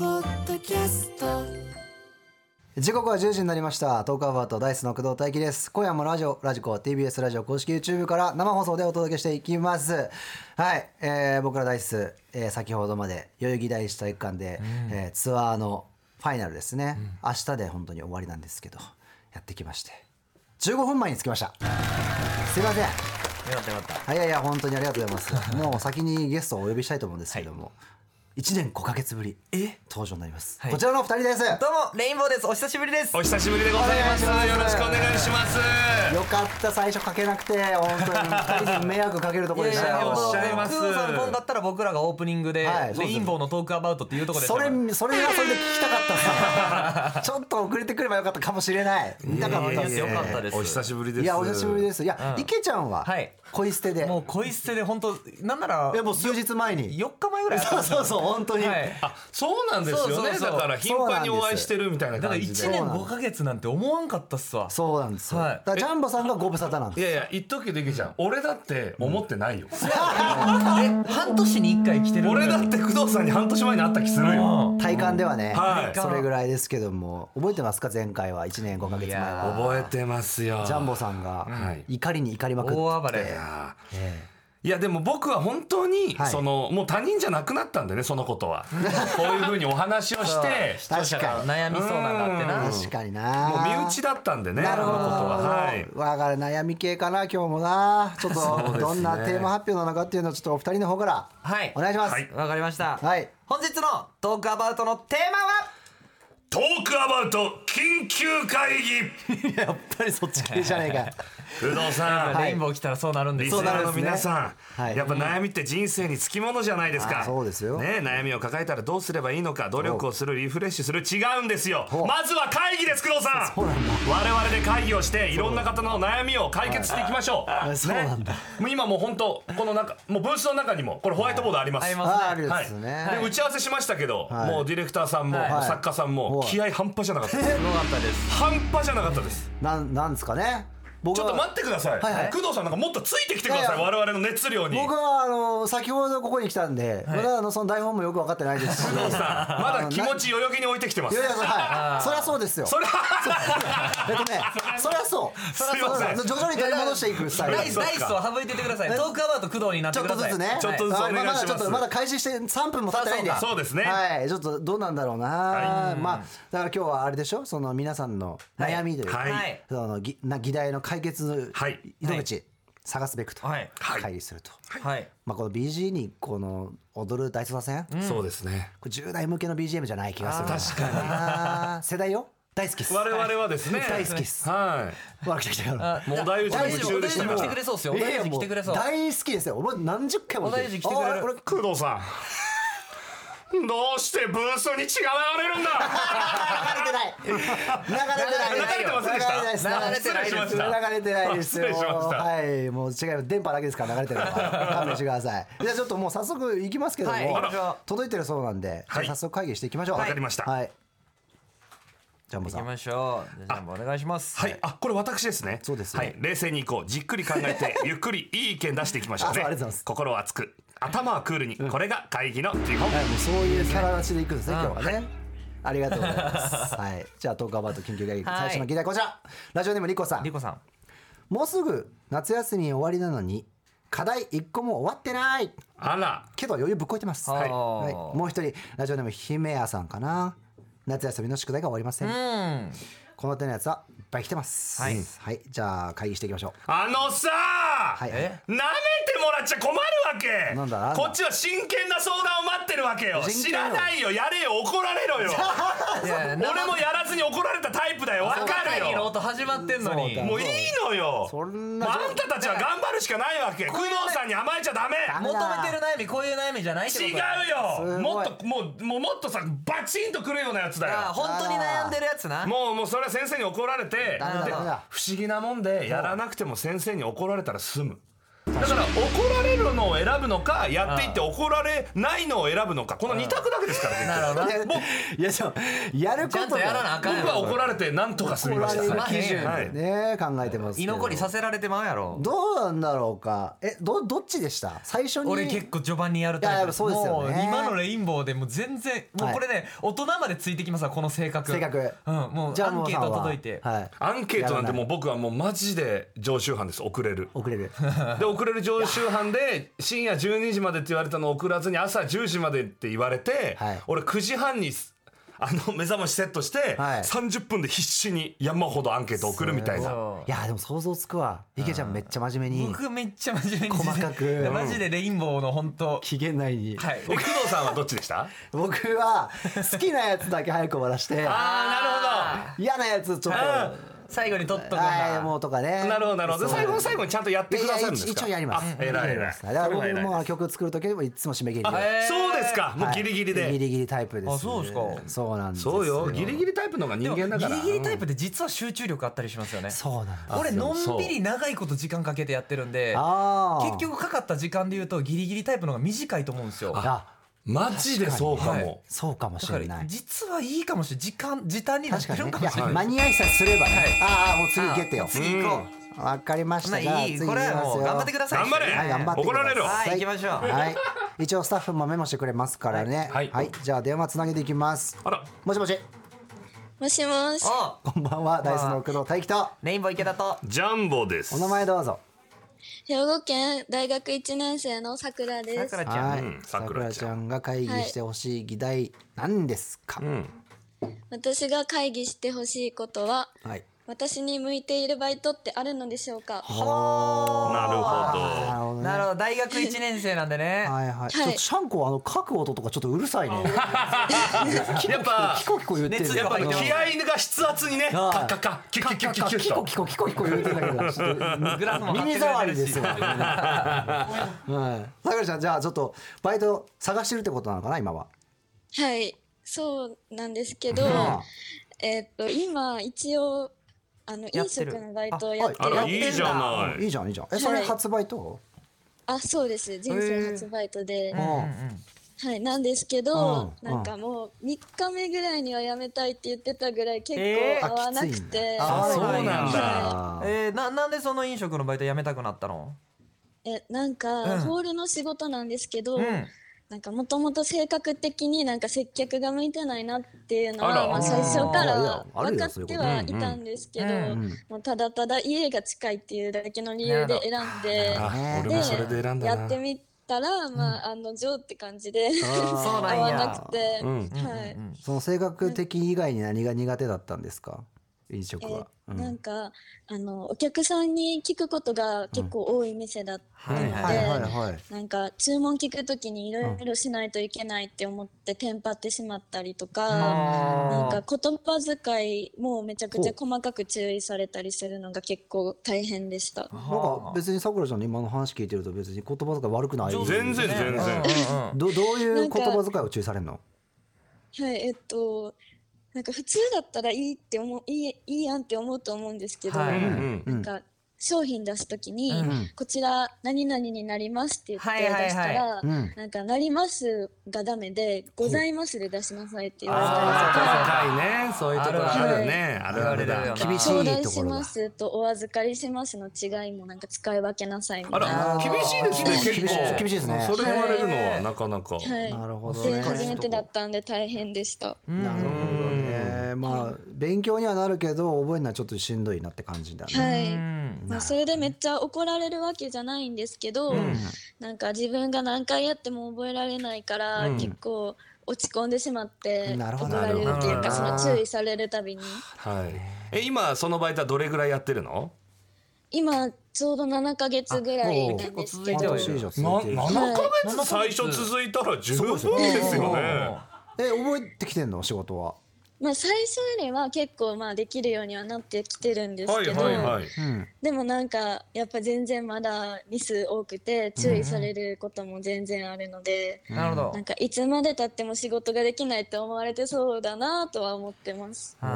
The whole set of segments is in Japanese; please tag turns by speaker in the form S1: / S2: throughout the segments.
S1: キャスト
S2: 時刻は10時になりましたトークアバートダイスの工藤大輝です今夜もラジオラジコ TBS ラジオ公式 YouTube から生放送でお届けしていきますはい、えー僕らダイス、えー先ほどまで代々木第一体育館で、えーツアーのファイナルですね、明日で本当に終わりなんですけどやってきまして15分前に着きましたすいません
S3: よかったよかっ
S2: はいいやいや本当にありがとうござい ますもう先にゲストをお呼びしたいと思うんですけども、1年5か月ぶり登場になります、
S3: はい
S2: こちらのお二人です
S3: たどうもレインボーですお久しぶりです
S4: お久しぶりでございます。
S2: お
S4: よ
S2: 願いしま
S4: ろ
S2: す
S4: しくお願いします。
S2: よかった最初かけなくて本当に2人に迷惑かけるところでした
S4: いやいや
S2: よ
S4: おっしゃいます
S3: 工藤さんの本だったら僕らがオープニングで、
S2: はいそうです
S3: レインボーのトークアバウトっていうところで
S2: それそれはそれで聞きたかったさちょっと遅れてくればよかったかもしれない見たかったです
S3: よかったです
S4: お久しぶりです。
S2: いやお久しぶりですいや池ちゃんは
S3: はい
S2: 恋捨てで
S3: もう恋捨てで本当なんなら
S2: いやもう数日前に
S3: 4日前ぐらいあったん
S2: そう
S3: ですよ
S2: そうそう本当に
S3: はい
S4: あ、そうなんです
S3: そ
S4: よ
S3: うそう
S4: ね。
S3: そう
S4: だから頻繁にお会いしてるみたいな
S3: だから
S4: 感じ
S3: 1
S4: で。
S3: 年5か月なんて思わんかったっす わ
S2: そうなんですよ
S3: はい
S2: だからジャンボさんがご無沙汰なん
S4: い
S2: で
S4: やいや、言っとくけどいけちゃん。俺だって思ってないよ。
S3: え半年に1回来てるん
S4: 俺だって工藤さんに半年前に会った気するよ。
S2: す体感ではね
S4: はい
S2: それぐらいですけども覚えてますか前回は1年5か月前
S3: いや
S2: は
S4: 覚えてますよ。
S2: ジャンボさんが
S4: はい
S2: 怒りに怒りまくって
S3: 大暴れ
S4: いやーいやでも僕は本当に
S2: はい
S4: そのもう他人じゃなくなったんでねそのこと はこういうふうにお話をして
S3: 視聴者が悩みそうなんだってな
S2: 確かにな
S4: もう身内だったんでね
S2: なるほど
S4: あのことはは
S2: ないるほど。わかる悩み系かな今日もな。ちょっとどんなテーマ発表なのかっていうのをちょっとお二人の方から
S3: はい
S2: お願いします。
S4: はい
S3: わかりました、
S2: はい
S3: 本日のトークアバウトのテーマは
S4: トークアバウト緊急会議
S2: やっぱりそっち系じゃねえか。
S4: 不動さん、
S3: レインボー来たらそうなるんで
S4: リ
S3: すよ
S4: ス
S2: そうな
S4: ナ
S2: る
S4: ーの皆さん、
S2: はい
S4: やっぱ悩みって人生につきものじゃないですか
S2: あそうですよ
S4: ね、悩みを抱えたらどうすればいいのか努力をするリフレッシュする違うんですよ
S2: ほう
S4: まずは会議です工藤さん
S2: そうなんだ
S4: 我々で会議をしていろんな方の悩みを解決していきましょう、
S2: い あそうなんだ
S4: ね、もう今もう本当この中もうブースの中にもこれホワイトボードあります、
S3: あります
S2: ああるですね。
S4: で打ち合わせしましたけど、
S2: はい
S4: もうディレクターさんも、
S3: はい
S4: 作家さんも、
S2: はい
S4: 気合半端じゃなかったです
S3: すごかったです
S4: 半端じゃなかった です
S2: なんなんですかね。僕
S4: ちょっと待
S2: は
S4: ってください、
S2: はいはい
S4: 工藤さんなんかもっとついてきてください
S2: いやいや
S4: 我々の熱量に
S2: 僕はあの先ほどここに来たんで、まだあのその台本もよく分かってないですし。いやいや
S4: さん まだ気持ち代々木に置いてきてます
S2: はい。そりゃそうですよ。
S4: それは
S2: えっとね、そりゃそう。そりゃそう
S4: すいません
S2: 徐々に取り戻していくスタイル
S3: ダ
S2: で
S3: イ
S2: す
S3: ス。ダイスを省いてってくださいトークアバウト工藤になっ
S2: ち
S3: て
S2: ょっ
S3: く
S2: と
S3: ださ
S2: ず
S3: い
S2: つね。
S4: ちょっとずつお願い
S2: あ
S4: します
S2: まだちょっとまだ開始して三分も経ってないんで。
S4: そうそうですね
S2: はい、ちょっとどうなんだろうな。まあだから今日はあれでしょ。その皆さんの悩みというか、
S4: はい
S3: はい
S2: そのぎな議題の解決の
S4: はい
S2: 糸口探すべくと
S3: はい
S4: はい
S2: 会議すると。
S3: はい
S2: まあこの BG にこの踊る大捜査線、こ
S4: そうですね
S2: れ10代向けの BGM じゃない気がする。
S4: 確か
S2: かに。世代よ。大好きっす。
S4: 我々はですね
S2: 大好きっす
S4: は
S2: わ来た来たから。
S4: いもう大宇宙
S3: 大
S4: 夢
S3: 丈夫
S4: 中で
S3: 大
S4: し
S3: 丈夫
S4: たか
S3: 来て
S4: ら
S3: くれそうですよ
S2: いやい
S3: 大
S2: や
S3: 丈夫来てくれそう
S2: もう大好きですよ。俺何十回も言って
S3: お大事来てくれる
S2: あ俺
S4: 工藤さんどうしてブースに血が流れるんだ
S2: 流れてない。流れてない。
S4: 流れてませんでした
S2: 流れてないです。
S4: 失礼しました
S2: 流れてないですよ。
S4: 失礼しました
S2: はい、もう違う電波だけですから流れてるのは勘弁してくだ さい。じゃあちょっともう早速行きますけども、
S3: はい行きましょう
S2: 届いてるそうなんで、
S4: はい
S2: じゃあ早速会議していきましょう。
S4: わかりました
S2: はい。ジャンボ
S3: 行
S2: さ
S3: き
S2: ん。
S3: ましょうじゃあお願いします
S4: はい、あ、これ私ですね。
S2: そうですよ
S4: はい、冷静に行こう。じっくり考 えて、ゆっくりいい意見出していきましょうね。
S2: あそうありがとうございます
S4: 心を熱く、頭はクールに、これが会議の基本。
S2: はい、もうそういうキャラ立ちで行くんですね、今日はね。ありがとうございます。はい、じゃあトークアバウト緊急会議、
S3: はい
S2: 最初の議題こちら。ラジオネームリコさん
S3: リ。コさん
S2: もうすぐ夏休み終わりなのに課題一個も終わってない。
S4: あら、
S2: けど余裕ぶっこいてます。
S3: はい
S2: はい、もう一人ラジオネーム姫谷さんかな夏休みの宿題が終わりません、
S3: うん
S2: この手のやつはいっぱい来てます
S3: はい
S2: はい、じゃあ会議していきましょう
S4: あのさ
S2: はい
S3: え
S4: 舐めてもらっちゃ困るわけ
S2: なんだなんだ
S4: こっちは真剣な相談を待ってるわけよ
S2: 真
S4: 知
S2: 剣よ
S4: らないよやれよ怒られろ よ
S3: いや
S4: 俺もやらずに怒られたタイプだよわか
S3: 会
S4: る
S3: 議の
S4: よ
S3: 音始まってんのに
S2: そうだ
S4: もういいのよ
S2: そんな
S4: もうあんたたちは頑張るしかないわけ工藤さんに甘えちゃダメ
S2: メ
S3: 求めてる悩みこういう悩みじゃないってこと
S4: 違
S3: だよ
S4: う
S2: すご
S4: よ
S2: い
S4: もっともうもうもっとさバチンとくるようなやつだ
S3: ああ
S4: よ
S3: 本当に悩んでるやつな
S4: もうもうそれは先生に怒られてで
S2: ダメだダメだ
S4: 不思議なもんでやらなくても先生に怒られたら済むだから怒られるのを選ぶのかやっていって怒られないのを選ぶのかこの2択だけですから
S3: なるほど
S4: 結
S3: な
S4: 局 僕
S2: いや、じゃやること
S3: ちゃんとやらなあかんや
S4: 僕
S3: ろ
S4: は怒られてなんとか済みました
S3: 怒られる基準
S4: はい
S2: ね、考えてますけ
S3: 居
S2: ど。
S3: 残りさせられてまうやろ
S2: どうなんだろうか。え、ど、どっちでした最初に。
S3: 俺結構序盤にやる
S2: いや
S3: タ
S2: や
S3: イ
S2: っぱ
S3: プ
S2: そうですよね
S3: もう今のレインボーでもう全然もうこれね、大人までついてきますわこの性格
S2: 性格
S3: うんもう
S2: じゃ
S3: ア
S2: あも
S3: ン
S2: う
S3: ケ
S2: さ
S3: ー
S2: ん
S3: ト
S2: は
S3: 届いて
S2: はい。
S4: アンケートなんてもう僕はもうマジで常習犯です遅れる
S2: 遅れ る。
S4: で遅れる常習犯で深夜12時までって言われたのを送らずに朝10時までって言われて、
S2: はい
S4: 俺9時半にあの目覚ましセットして、
S2: はい
S4: 30分で必死に山ほどアンケート送るみたいな。
S3: そ
S2: い
S3: う
S2: や、でも想像つくわ。池ちゃんめっちゃ真面目に。
S3: 僕めっちゃ真面目に
S2: 細かく
S3: いやマジでレインボーの本当
S2: 期限内に。
S3: はい
S4: お工藤さんはどっちでした
S2: 僕は、好きなやつだけ早く終わら して、
S4: あ
S2: 嫌なやつちょっ
S4: あー
S2: と、
S3: 最後に取っとくん
S2: は
S3: だ
S2: い、もうとかね。
S4: なるほどなるほど
S2: そう
S4: 最後の最後にちゃんとやってくださるんですか
S2: いやいや一応やります。
S4: あ偉
S2: や
S4: い
S2: り
S4: 偉
S2: ま
S4: い
S2: すだから
S4: それは偉
S2: 僕
S4: い
S2: も曲作る時でもいつも締め切りで。
S4: あ
S2: はい
S3: へー
S4: そうですかもうギリギリで、
S2: ギリギリタイプです。
S3: あそうですか
S2: そうなんです。
S4: そうよギリギリタイプの方が人間だ
S3: で
S4: か
S3: もギ
S4: ら
S3: リギリタイプで実は集中力あったりしますよね
S2: そうなんです。
S3: 俺のんびり長いこと時間かけてやってるんで
S2: あー
S3: 結局かかった時間で言うとギリギリタイプの方が短いと思うんですよだ
S2: あ、
S4: マジでそうかも、
S3: はい
S2: そうかもし
S3: か
S2: れな
S3: ら
S2: い。
S3: 実はいいかもしれない時間時短になっ
S2: 確
S3: て
S2: か
S3: る
S2: に
S3: の
S2: ね
S3: か。
S2: い
S3: もしれな
S2: や、
S3: い
S2: 間に合いさえすればね
S3: はい。
S2: ああ、もう次行けってよ
S3: あ。次行こ
S2: わかりまし
S3: うま
S2: た
S3: あ
S2: じゃあ
S3: い
S2: 次行き
S3: いこ
S2: ま
S3: れ
S2: す
S3: はも
S2: よ
S3: う頑張ってください
S4: 頑張れ
S2: はい、頑張ってください
S4: 怒られるわ
S3: はい行きましょう
S2: はい。一応スタッフもメモしてくれますからね。
S4: はい
S2: はい。じゃあ電話つなげていきます。
S4: あら
S2: もしもし。
S1: もしもし。
S3: お
S2: こんばんは、ダイスの工藤大樹と。
S3: レインボー池田と
S4: ジャンボです
S2: お名前どうぞ。
S1: 兵庫県大学1年生のさくらです。
S3: さくらちゃん
S2: は
S4: うん
S2: い。さ
S4: さ
S2: く
S4: くらちゃん
S2: らちゃんが会議してほしい議題、何ですか
S4: う。ん
S1: 私が会議してほしいことは、
S2: はい。
S1: 私に向いているバイトってあるのでしょう
S4: な
S1: か
S4: るほ
S2: なるほどね。
S3: なるほど大学1年生なんでね
S2: はいはい。ちょっとシャンコはあの書く音とかちょっとうるさいね。
S4: どやっぱ
S2: キコキコ言ってる。
S3: 熱
S4: やっぱ
S3: ね
S4: 気合が筆圧にねカ
S2: はい
S4: ッカッカッキュッキュッキュッキュッキ
S2: キ
S4: ュ
S2: コ
S4: ッと
S2: キコキコキコ言ってるだけだ。ちょっと
S3: グラフも貼って
S2: 耳
S3: くれて
S2: 障
S3: る
S2: りです
S3: し
S2: よ。はい。さくらちゃんじゃあちょっとバイト探してるってことなのかな今は。
S1: はい。そうなんですけど、
S2: あ
S1: えーっと、今、一応、あの、
S3: や
S1: 飲
S3: ってる
S1: 食のバイトをやって
S4: あ
S1: る
S4: ら
S1: あ
S4: いいじゃない
S2: いいじゃんいいじゃん。えそれ
S1: はい
S2: 発売と？
S1: そうです。人生初バイトで。
S2: うん
S1: はい。なんですけど、
S2: うん
S1: なんかもう、3日目ぐらいには辞めたいって言ってたぐらい結
S3: えー
S1: 構合わなくて。
S3: あそうなんだ
S2: だ
S3: えーななんでその飲食のバイト辞めたくなったの
S1: えなんか、
S3: うん
S1: ホールの仕事なんですけど、
S3: うん
S1: なんかもともと性格的になんか接客が向いてないなっていうの
S4: あら
S1: はまあ最初か
S2: いやいや
S1: ら
S2: ある
S1: 分
S2: よ
S1: か
S2: そういうこ
S1: って
S2: と
S1: はいたんですけど、
S3: うん
S2: うん
S1: もうただただ家が近いっていうだけの理由で選んで
S4: あ
S2: ね
S4: 俺もそれで選んだ
S1: やっ
S4: な
S1: てみたら、まああの上って感じで
S3: そう
S1: 合
S3: なんや
S1: わなくて、
S4: うん
S1: はい。
S2: その性格的以外に何が苦手だったんですか飲食
S1: え
S2: は。うん
S1: なんかあのお客さんに聞くことが結構多い店だったので、
S3: うんは
S2: はい
S3: い
S2: はいはい。
S1: なんか注文聞くときにいろいろしないといけないって思ってテンパってしまったりとか、
S3: あー
S1: なんか言葉遣いもめちゃくちゃ細かく注意されたりするのが結構大変でした。
S2: なんか別にさくらちゃんの今の話聞いてると別に言葉遣い悪くないよね
S4: 全然全然
S3: 然
S2: どどうい
S1: な
S2: うん
S1: か
S2: 言葉遣いを注意されるの
S1: はい、えっと、なんか普通だったらいいって思う、いい、いいやんって思うと思うんですけど、
S3: はい
S4: うんう
S2: うん
S1: なんか商品出すときに、
S2: うん
S1: こちら何々になりますって言って
S3: はいはいはい
S1: 出したら、
S2: うん
S1: なんかなりますがダメで、ございますで出しなさいって言われたりとか。
S4: あー細かいねそういうところあるよねあ
S3: あ
S4: る
S3: る
S4: あ
S3: あ
S4: る
S3: るだ
S4: だ
S3: よな
S2: 厳しい
S1: 頂戴しますとお預かりしますの違いもなんか使い分けなさいみた
S4: あ
S1: いな。
S4: ら
S2: あー
S4: 厳しいですね
S3: 厳しい
S4: 結構
S2: 厳しいですね
S4: それ言われるのはなかなか
S1: はい。
S2: なるほどね
S1: で初めてだったんで大変でした。
S2: なるほどねまあ勉強にはなるけど覚えるのはちょっとしんどいなって感じだね
S1: はい。
S3: うん
S1: まあ、それでめっちゃ怒られるわけじゃないんですけど、なんか自分が何回やっても覚えられないから、結構落ち込んでしまって
S2: なるほ
S1: 怒
S2: ど
S1: られるっていう
S3: なる
S1: か
S3: ほ
S1: そ
S3: どな
S1: の注意されるたびに
S4: はいえ今そのバイトはどれぐらいやってるの
S1: 今ちょうど7ヶ月ぐらいなんです
S3: あもう結構続い
S1: けど
S3: て
S2: 半年以上続いてる
S4: 7
S1: はい
S4: ヶ月最初続いたら十分ですよね
S2: え覚えてきてんの仕事は
S1: まあ、最初よりは結構まあできるようにはなってきてるんです
S4: はい
S1: けど、
S4: はいはい。
S2: うん
S1: でもなんかやっぱ全然まだミス多くて注意されることも全然あるので、
S3: なるほど
S1: なんかいつまでたっても仕事ができないって思われてそうだなとは思ってます。
S4: な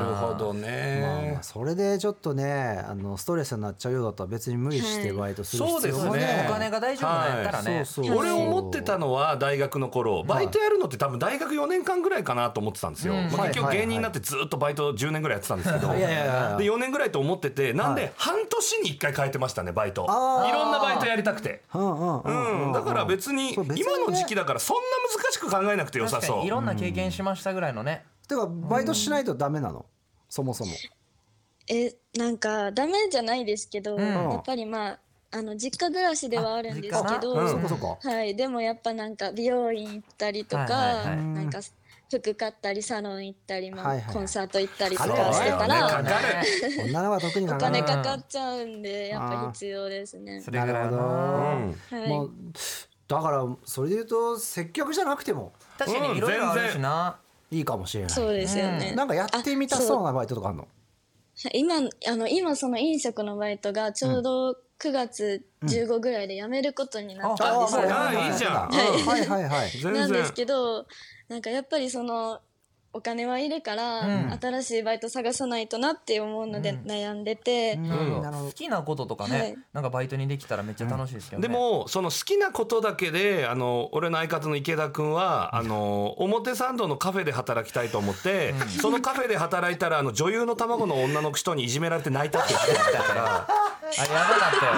S4: るほど
S2: まあま
S4: ね
S2: あ。それでちょっとねあのストレスになっちゃうようだったら別に無理してバイトする必要
S4: そ
S2: も
S4: う
S3: お
S4: ですね
S3: 金が大丈夫なんやったらね、
S2: そうそう
S4: 俺思ってたのは大学の頃バイトやるのって多分大学4年間ぐらいかなと思ってたんですよ、
S3: うん
S4: まあ、結局
S2: はいはいはい
S4: 芸人になってずっとバイト10年ぐらいやってたんですけど
S2: いやいやいや
S4: で4年ぐらいと思っててなん
S2: は
S4: で半年に1回変えてましたねバイトい
S2: あー
S4: ろんなバイトやりたくて。
S2: うんうんう
S4: うん
S2: うん
S4: ん、だから別に
S2: そう別にね
S4: 今の時期だからそんな難しく考えなくて良さ
S3: 確か
S4: そ
S3: にいうろんな経験しましたぐらいのね、
S2: てかバイトしないとダメなのそもそも
S1: えなんかダメじゃないですけど、
S3: ん
S1: やっぱりまああの実家暮らしではあるんですけど、
S4: あ実家なうん
S2: そこそこ
S1: はい、でもやっぱなんか美容院行ったりとか、
S3: はいはいはい
S1: なんか服買ったりサロン行ったり、まあ
S2: はいはい
S1: コンサート行ったりと
S2: そ
S1: か
S2: うだよね
S1: してた
S4: か
S1: ら、
S4: かる
S2: 女の子は特に
S1: お
S2: かか
S1: 金
S2: る
S1: かかっちゃうんでやっぱ必要ですね
S3: そ。れぐらいはな
S2: な
S4: うん
S1: はい、
S2: もうだからそれで言うと接客じゃなくても
S3: 確かにいろいろあるしな、
S2: いいかもしれな
S1: そうですよね。
S2: いなんかやってみたそうなバイトとかあるの
S1: 今あの今その飲食のバイトがちょうど9月15ぐらいで辞めることになったんですよ。
S3: うんあ
S4: あーいいじゃん
S2: はいはいはい
S4: 全
S1: なん
S4: 然
S1: ですけどなんかやっぱりそのお金はいるから、新しいバイト探さないとなって思うので悩んでて、
S2: うん
S3: うん
S2: なるほ
S3: 好きなこととかね、
S1: はい
S3: なんかバイトにできたらめっちゃ楽しいですよね、
S4: でもその好きなことだけであの俺の相方の池田君はあの表参道のカフェで働きたいと思って、そのカフェで働いたらあの女優の卵の女の人にいじめられて泣いたって言ってたから
S3: あれやばかったよ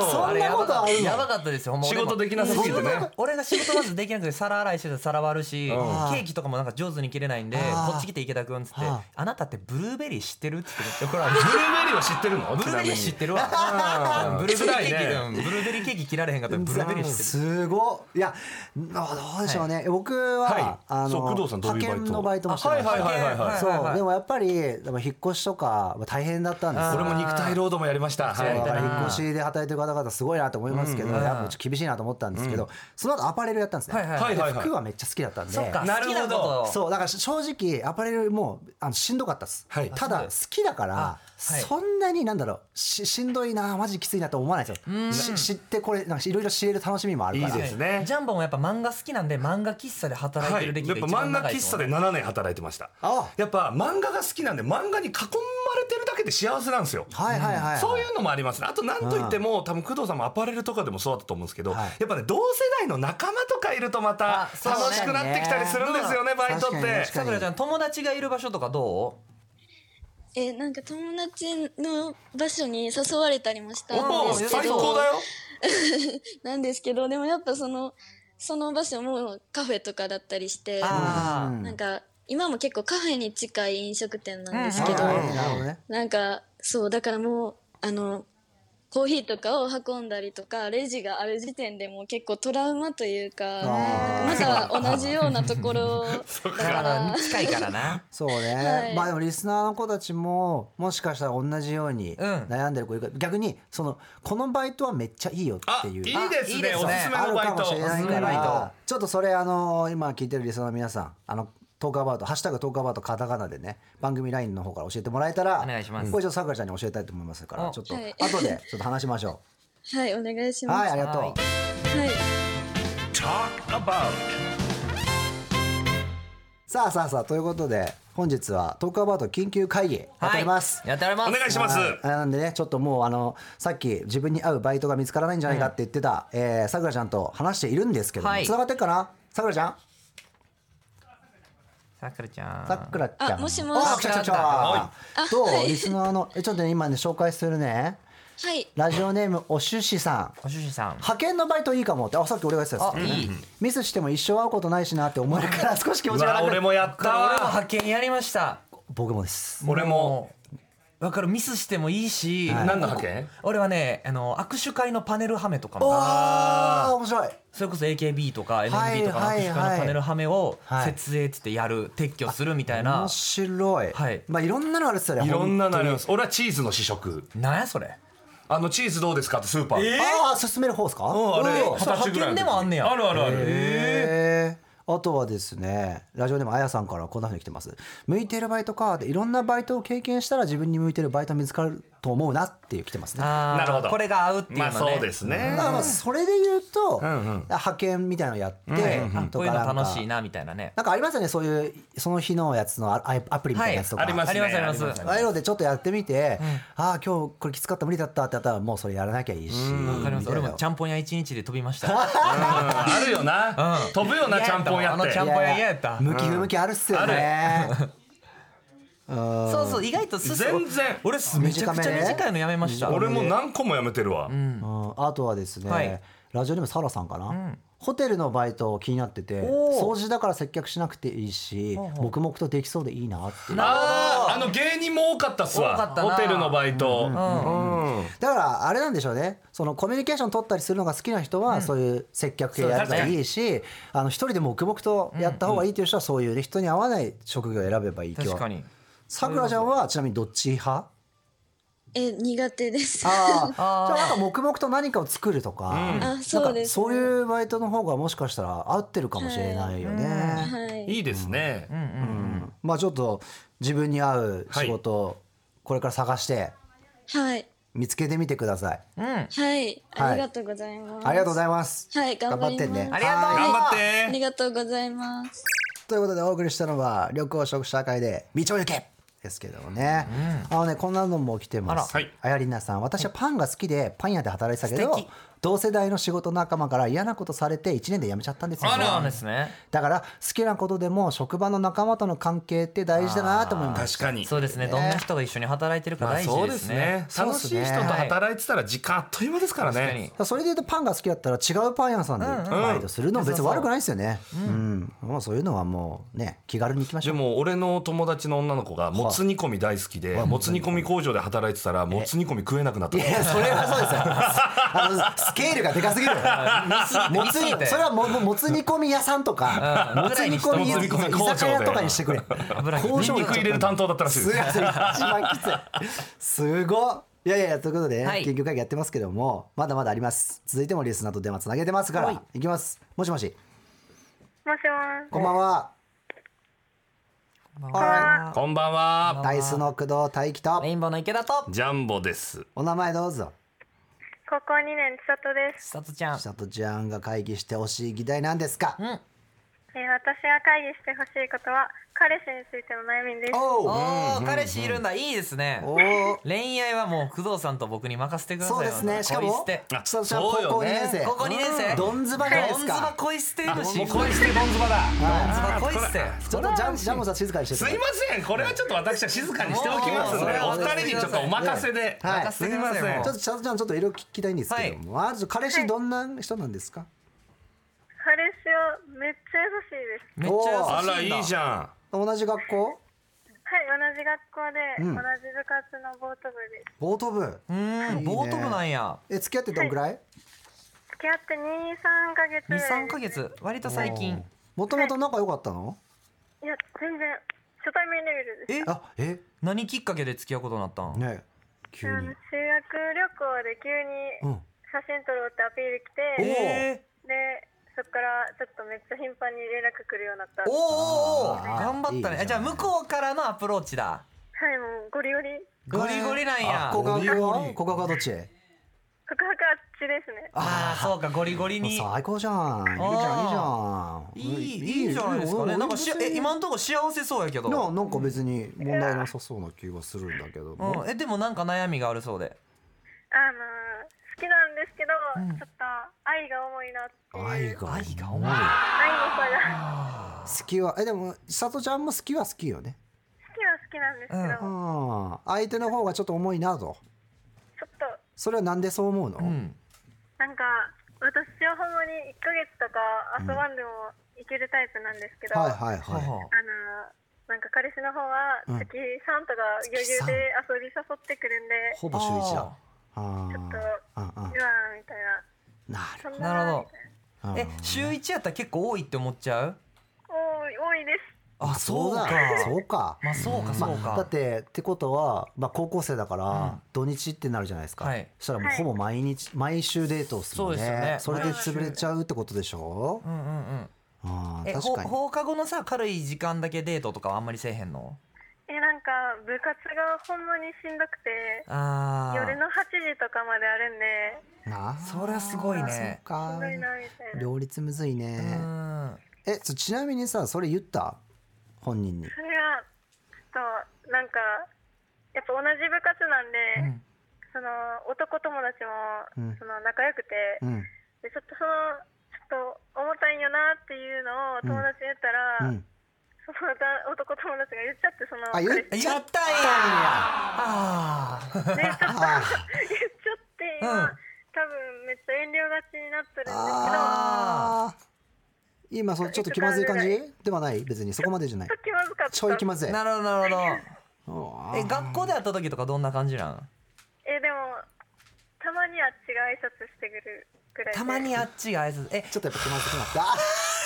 S4: そう
S3: あれやばか
S2: そんなことあ
S3: った
S2: るの
S3: やばかったですよほんま
S4: 仕事できなさすぎてね。
S3: 俺が仕事まずできなくて皿洗いしてたら皿割るしケーキとかもなんか上手に切れないんで
S2: あー
S3: こっち来て池田君っつって
S2: あ
S3: 「あなたってブルーベリー知ってる?」っつってめっちゃ怒られて
S4: ブルーベリーは知ってるの
S3: ブルーベリー知ってるわ
S4: うん
S3: ブルーベリーケーキ
S4: 辛い
S3: うんブルーベリーケーキ切られへんかったらブルーベリー知ってる
S2: すごいいやどうでしょうね、僕は、
S4: はい
S2: あ
S4: そう
S2: の
S4: 工藤さんどういうバイト
S2: 派遣のバイトもしてました、
S4: あはいはいはいはい
S2: そう、
S3: はいはいはい
S2: でもやっぱりでも引っ越しとか大変だったんですよ
S4: 俺も肉体労働もやりました
S3: そう
S4: はい
S2: だから
S3: な
S2: 引っ越しで働いてる方々すごいなと思いますけど、
S3: うんうん
S2: やっぱちょっと厳しいなと思ったんですけど、その後アパレルやったんですね、
S3: はいはい
S4: はい
S2: で
S4: はいはい
S2: 服はめっちゃ好きだったんで
S3: そっか
S4: な
S3: 好
S4: るほ
S3: き
S4: ど
S3: なこと
S2: そうだから正直アパレルもうあのしんどかったです、
S4: はい
S2: た
S3: あ
S2: だ
S3: そ
S2: 好
S3: うで
S2: きだから、
S3: はい
S2: そんなになんだろうししんどいなマジきついなと思わないですよし知ってこれなんかいろいろ知れる楽しみもあるから
S4: いいですね
S3: ジャンボもやっぱ漫画好きなんで漫画喫茶で働い
S4: は
S3: て
S4: い、や
S3: る
S4: っぱ
S3: 歴が一番
S4: 漫
S3: 長
S4: 画
S3: い
S4: 喫茶で
S3: ね
S4: 7年働いてました
S2: あ
S4: やっぱ漫画が好きなんで漫画に囲まれてるだけで幸せなんですよ
S2: はいはいはい、
S4: そういうのもありますね。あと何といっても、多分工藤さんもアパレルとかでもそうだったと思うんですけど、
S2: はい
S4: やっぱね、同世代の仲間とかいるとまた
S3: あそうね
S4: 楽しくなってきたりするんですよね、バイトっ
S2: 確かに
S4: て
S2: 確。か
S3: さくらちゃん友達がいる場所とかどう
S1: えなんか友達の場所に誘われたりもしたん
S4: お
S1: で
S4: お、
S1: すけ
S4: 最
S1: ど
S4: 高だよ。
S1: なんですけどでもやっぱそのその場所もカフェとかだったりして
S3: あ
S2: うん
S3: ー
S1: なんか今も結構カフェに近い飲食店なんですけど、
S2: あーなるほどね
S1: なんかそうだからもうあのコーヒーとかを運んだりとかレジがある時点でもう結構トラウマというか
S2: あ
S1: また同じようなところ だ
S3: だ
S1: か
S3: から
S1: ら
S3: 近いからな
S2: そうね、
S1: はい
S2: まあでもリスナーの子たちももしかしたら同じように
S3: うん
S2: 悩んでる子いるから、逆にそのこのバイトはめっちゃいいよっ
S4: あ
S2: て、
S4: い
S2: い
S4: いうです
S3: いい
S4: ね、
S3: ですね
S4: おすすめ
S2: あ
S4: の
S2: る
S4: バイ
S2: かも
S4: ト
S2: しれ。ないか
S3: おすすめ
S2: ら
S3: のバ
S2: ちょっとそれあの今聞いてるリスナーの皆さんあのトークアバウト「ハッシュタグトークアバウトカタカナ」でね番組 LINE の方から教えてもらえたら
S3: お願いします
S2: これちょっとさくらちゃんに教えたいと思いますから
S3: お
S2: ちょっと
S1: はい
S2: 後でちょっと話しましょ
S1: はいお願いし
S2: うは
S1: ま
S2: い
S1: す。
S2: ありがとう、
S3: はい
S4: Talk about
S2: さあさあさあということで本日はトークアバウト緊急会議 当たります、
S3: はいやっております
S4: お願いします。
S2: はいあなんでねちょっともうあのさっき自分に合うバイトが見つからないんじゃないかって言ってた、えーさくらちゃんと話しているんですけども、
S3: はい
S2: 繋がってっかなさくらちゃん
S3: さくらちゃん
S2: さくらちゃん
S1: あもしもし
S2: あ来た来た来た
S4: は
S2: とリスナーのえちょっとね今ね紹介するね
S1: はい
S2: ラジオネームおしゅしさん
S3: ご主人さん
S2: 派遣のバイトいいかもってあさっき俺が言ってたやつだよ
S3: あい
S2: ね
S3: い
S2: ミスしても一生会うことないしなって思えるから少し気持
S4: う
S2: ちが
S4: わ、
S2: 楽
S4: 俺もやっ
S3: これ
S4: た
S3: 俺も
S4: わ。
S3: 派遣やりました
S2: 僕もです
S4: 俺も。
S3: わかるミスしてもいいし、
S4: 何の派遣
S3: 俺はねあの握手会のパネルはめとかも
S2: ああ面白い
S3: それこそ AKB とか NMB とかの
S2: はい
S3: 握手会のパネルはめを
S2: はい
S3: 設営っつってやる撤去するみたいな
S2: 面白い、
S3: はい
S2: まあいろんなのあるっすよね
S4: いろんなのあります。俺はチーズの試食。
S3: なんやそれ
S4: あのチーズどうですかってスーパー。
S2: ああ進める方ですか
S4: うんあれ
S2: おー
S4: 二十歳ぐら
S3: 派遣
S4: いの時
S3: でもあんねや
S4: あるあるある。
S2: へえあとはですねラジオでもあやさんからこんなふうに来てます向いてるバイトかでいろんなバイトを経験したら自分に向いてるバイト見つかると思うなっていう来てますね
S3: な
S4: なるほど
S3: これが合うっていうの
S4: ま
S3: は
S4: あ
S3: ね。
S4: そうですね
S2: だからまあそれで言うと、
S4: んうん
S2: 派遣みたいなのやって、と
S3: こう
S2: か
S3: いうの
S2: なんか
S3: 楽しいなみたいなね。
S2: なんかありますよねそういうその日のやつのアアプリみたいなやつとか、
S4: はいあります
S3: ありますあります。
S4: あり
S2: ああいうのでちょっとやってみて、ああ今日これきつかった無理だったってやったらもうそれやらなきゃいいし
S3: わかります。俺もちゃんぽん屋一日で飛び ました。
S4: あるよな、
S3: うん
S4: 飛ぶよなちゃんぽんや
S3: あ
S4: っ
S3: の
S4: て
S3: ちゃんぽん屋嫌やった。
S2: 向き不向きあるっすよね、うん
S3: そうそう意外とすす
S4: 全然
S3: 俺すめちゃくちゃ短いのやめました。
S4: 俺も何個もやめてるわ、
S2: うんあとはですね、
S3: はい
S2: ラジオでもサラさんかな、ホテルのバイト気になってて
S3: おー
S2: 掃除だから接客しなくていいし黙々とできそうでいいなっていう
S4: あああの芸人も多かったっす
S3: 多か
S4: わ
S3: ったな
S4: ホテルのバイト、うん
S2: だからあれなんでしょうねそのコミュニケーション取ったりするのが好きな人はそういう接客系やったらいいし、あの一人でも黙々とやった方がいいという人はそういうね人に合わない職業を選べばいい今
S3: 確か
S2: 日
S3: に。
S2: さくらちゃんはちなみにどっち派
S1: え苦手です。
S2: ああじゃあなんか黙々と何かを作るとか、
S1: あそうです。
S2: そういうバイトの方がもしかしたら合ってるかもしれないよね、
S1: はい。
S4: いいですね、
S2: まあちょっと自分に合う仕事をこれから探して
S1: はい。
S2: 見つけてみてください、
S1: はい。ありがとうございます。
S2: ありがとうございます
S1: はい頑張ります
S2: ってね
S1: あ
S3: りがとう
S2: は
S4: 頑
S2: い
S4: 張っ
S1: あ
S4: て
S1: りがとうございます。
S2: ということでお送りしたのは緑黄色社会で道を行けですけどもね、あのねこんなのも来てます
S4: あらはい
S2: あやりなさん私はパンが好きでパン屋で働いてたけ
S3: 素
S2: ど
S3: 敵
S2: 同世代の仕事仲間から嫌なことされて1年で辞めちゃったんですよ
S3: そうなんですね。
S2: だから好きなことでも職場の仲間との関係って大事だなと思います
S4: 確かに
S3: そうですね。どんな人が一緒に働いてるか
S4: まあ
S3: 大事
S4: そう
S3: で
S4: ですす
S3: ね
S4: ね。
S2: そうで
S4: 楽
S2: す
S4: し
S2: ね
S4: い人と働いてたら時間あっという間ですから
S3: 確かに
S4: ね
S2: だからそれで言うとパンが好きだったら違うパン屋さんでバイトするのも別に悪くないですよね。うん、もうそういうのはもうね気軽に行きまし
S4: で
S2: ょう。
S4: も俺の友達の女の子がもつ煮込み大好きでもつ煮込み工場で働いてたらもつ煮込み食えなくなった
S2: いやそれはそうですよ。あのスケールがでかすぎる。もつ
S3: 見すぎて
S2: それはもももつ煮込み屋さんとか、
S3: うん
S2: もつ煮込み
S4: もつ煮込み工場で
S2: 居酒屋とかにしてくれ。
S3: 油に
S2: 工
S4: ニン
S2: 場
S4: ニク入れる担当だったらしいですす
S2: いません一番きつい。すごっ。いやいやいやということで、ね
S3: はい
S2: 研究会議やってますけどもまだまだあります続いてもリスナーと電話つなげてますから、い、きますもしもし
S5: もしも
S2: こんばんは
S3: は
S4: こんばんは
S2: ダイスの工藤大輝
S3: いレ
S2: と
S3: インボーの池田と
S4: ジャンボです
S2: お名前どうぞ
S5: 高校2年千里です、
S3: さとちゃん。
S2: ちさとちゃんが会議してほしい議題なんですか、
S5: えー私が会議してほしいことは彼氏についての悩みです
S2: おう
S3: おお彼氏いるんだ。いいですね。
S2: おー
S3: 恋愛はもう工藤さんと僕に任せてください
S2: そうですねしかも
S3: 恋捨て
S2: ちさとちゃん高校2年生
S3: 高校二年生
S2: どんずばじゃないです
S3: どんずば
S2: か
S3: 恋捨てるし
S4: もう恋してどんずばだ
S3: どんずば恋捨て
S2: ちょっとジャンジャンボさん静かにして
S4: す
S2: て
S4: いませんこれはちょっと私は静かにしておきますので
S2: もう
S4: お二人にちょっとお任せで
S2: はい
S3: 任せてください
S4: すいません
S3: もう
S2: ちょっとちさとちゃんちょっと色々聞きたいんですけども、あちょっと彼氏どんな人なんですか、
S5: 彼氏はめっちゃ優しい
S3: め
S5: です
S3: っちゃ
S4: あ
S3: 優
S4: ら
S3: しいんだ
S4: いいじゃん
S2: 同じ学校
S5: はい同じ学校で、
S2: うん
S5: 同じ部活のボート部です
S2: ボート部
S3: うーんボート部なんや
S2: え付き合ってどんぐらい
S5: 付き合って23ヶ月ぐ
S3: 二
S5: らい
S3: 三ヶ月割と最近
S2: もともと仲良かったの
S5: いや全然初対面レベルです
S3: え
S2: あえ
S3: 何きっかけで付き合うことになったん
S2: ね急
S5: あ
S2: に
S5: の修学
S2: う
S5: 旅行で急に
S2: ん
S5: 写真撮ろうってアピール来
S2: お
S5: て、
S3: え
S5: でそっからちょっとめっちゃ頻繁に連絡来るようになっ
S3: ー
S5: た
S3: おお
S2: あー
S3: 頑
S2: いい
S3: 張った
S2: じゃ
S3: ね
S2: ん
S3: じゃあ向こうからのアプローチだ
S5: はいもうゴリゴリ
S3: ゴリゴリなんや
S4: あ
S2: 告
S4: ゴリ
S2: 白
S4: ゴ
S2: は
S4: リ
S2: 告白はどっち
S5: 告白あっちですね
S3: ああそうかゴリゴリに
S2: 最高じゃんいいじゃんいい
S3: い
S2: じゃん
S3: いいいじゃないですかねなんかしえ今のところ幸せそうやけど
S2: ななんか別に問題なさそうな気がするんだけども
S3: うんえでもなんか悩みがあるそうで
S5: あのー好きなんですけど、ちょっと愛が重いなってい
S2: 愛
S5: う
S2: が
S3: 愛が重い
S5: 愛の差が
S2: 好きはえでも千里ちゃんも好きは好きよね
S5: 好きは好きなんで
S2: う
S5: すけど、
S2: ん相手の方がちょっと重いなと
S5: ちょっと
S2: それはなんでそう思うの、
S3: うん
S5: なんか私はほんまに1ヶ月とか遊ばんでもいけるタイプなんですけど、
S2: はい
S5: あの
S2: はい
S3: は
S2: はい
S3: は
S5: ーなんか彼氏の方は
S2: うん
S5: 月3とか余裕で遊び誘ってくるんで、
S2: ほぼ週一だあ
S5: ちょっと
S2: あうんうん
S5: うわーみたい
S2: な
S5: なそん
S3: なるほ
S5: な
S2: るう
S3: ど
S2: ん
S3: え週一やったら結構多いって思っちゃう
S5: 多い多いです
S3: あそうか
S2: そうか
S3: まあそうかそう
S2: まあ、だ
S3: か
S2: ってってことは、まあ、高校生だから、
S3: うん
S2: 土日ってなるじゃないですか、
S3: はい
S2: そしたらもうほぼ毎日毎週デートをするもんね
S3: そうですよね
S2: それで潰れちゃうってことでしょ、
S3: うんうんうん
S2: うあー
S3: え
S2: 確
S3: ほ
S2: かに
S3: 放課後のさ軽い時間だけデートとかはあんまりせえへんの
S5: えなんか部活がほんまにしんどくて
S3: ああ
S5: 夜の8時とかまであるんで
S2: あー
S3: そりゃすごいね
S2: そっ
S5: しん
S2: か
S5: どいなみたいな
S2: 両立むずいね
S3: うん
S2: えそちなみにさそれ言った本人に
S5: それがちょっとなんかやっぱ同じ部活なんで、
S3: うん
S5: その男友達も
S2: うん
S5: その仲良くて、
S2: うん
S5: でちょっとそのちょっと重たいんよなっていうのを友達に言った
S2: う
S5: ら、
S2: ん
S5: その男友達が言っちゃってその
S2: あ言っ
S5: 彼
S2: ち
S5: 氏
S2: ゃ
S3: や
S2: っ
S3: ったた
S2: ん
S3: ん
S2: や
S3: やあ あ
S5: ねちょっ
S2: あ
S5: と言っちゃっ
S3: う
S5: て
S3: ん
S5: 今、多分めっちゃ遠慮がちになってるんですけど
S2: あー今そうちょっと気まずい感じではない別にそこまでじゃない
S5: ちょっと気まずかった
S2: ちょい気まずい
S3: なるほどなるほ
S2: あ
S3: ど
S2: ー
S3: え学校で会った時とかどんな感じなん
S5: えでもたまにあっちが挨拶してくるくらいで
S3: たまにあっちが挨拶え
S2: ちょっとやっぱ気まずくなったあ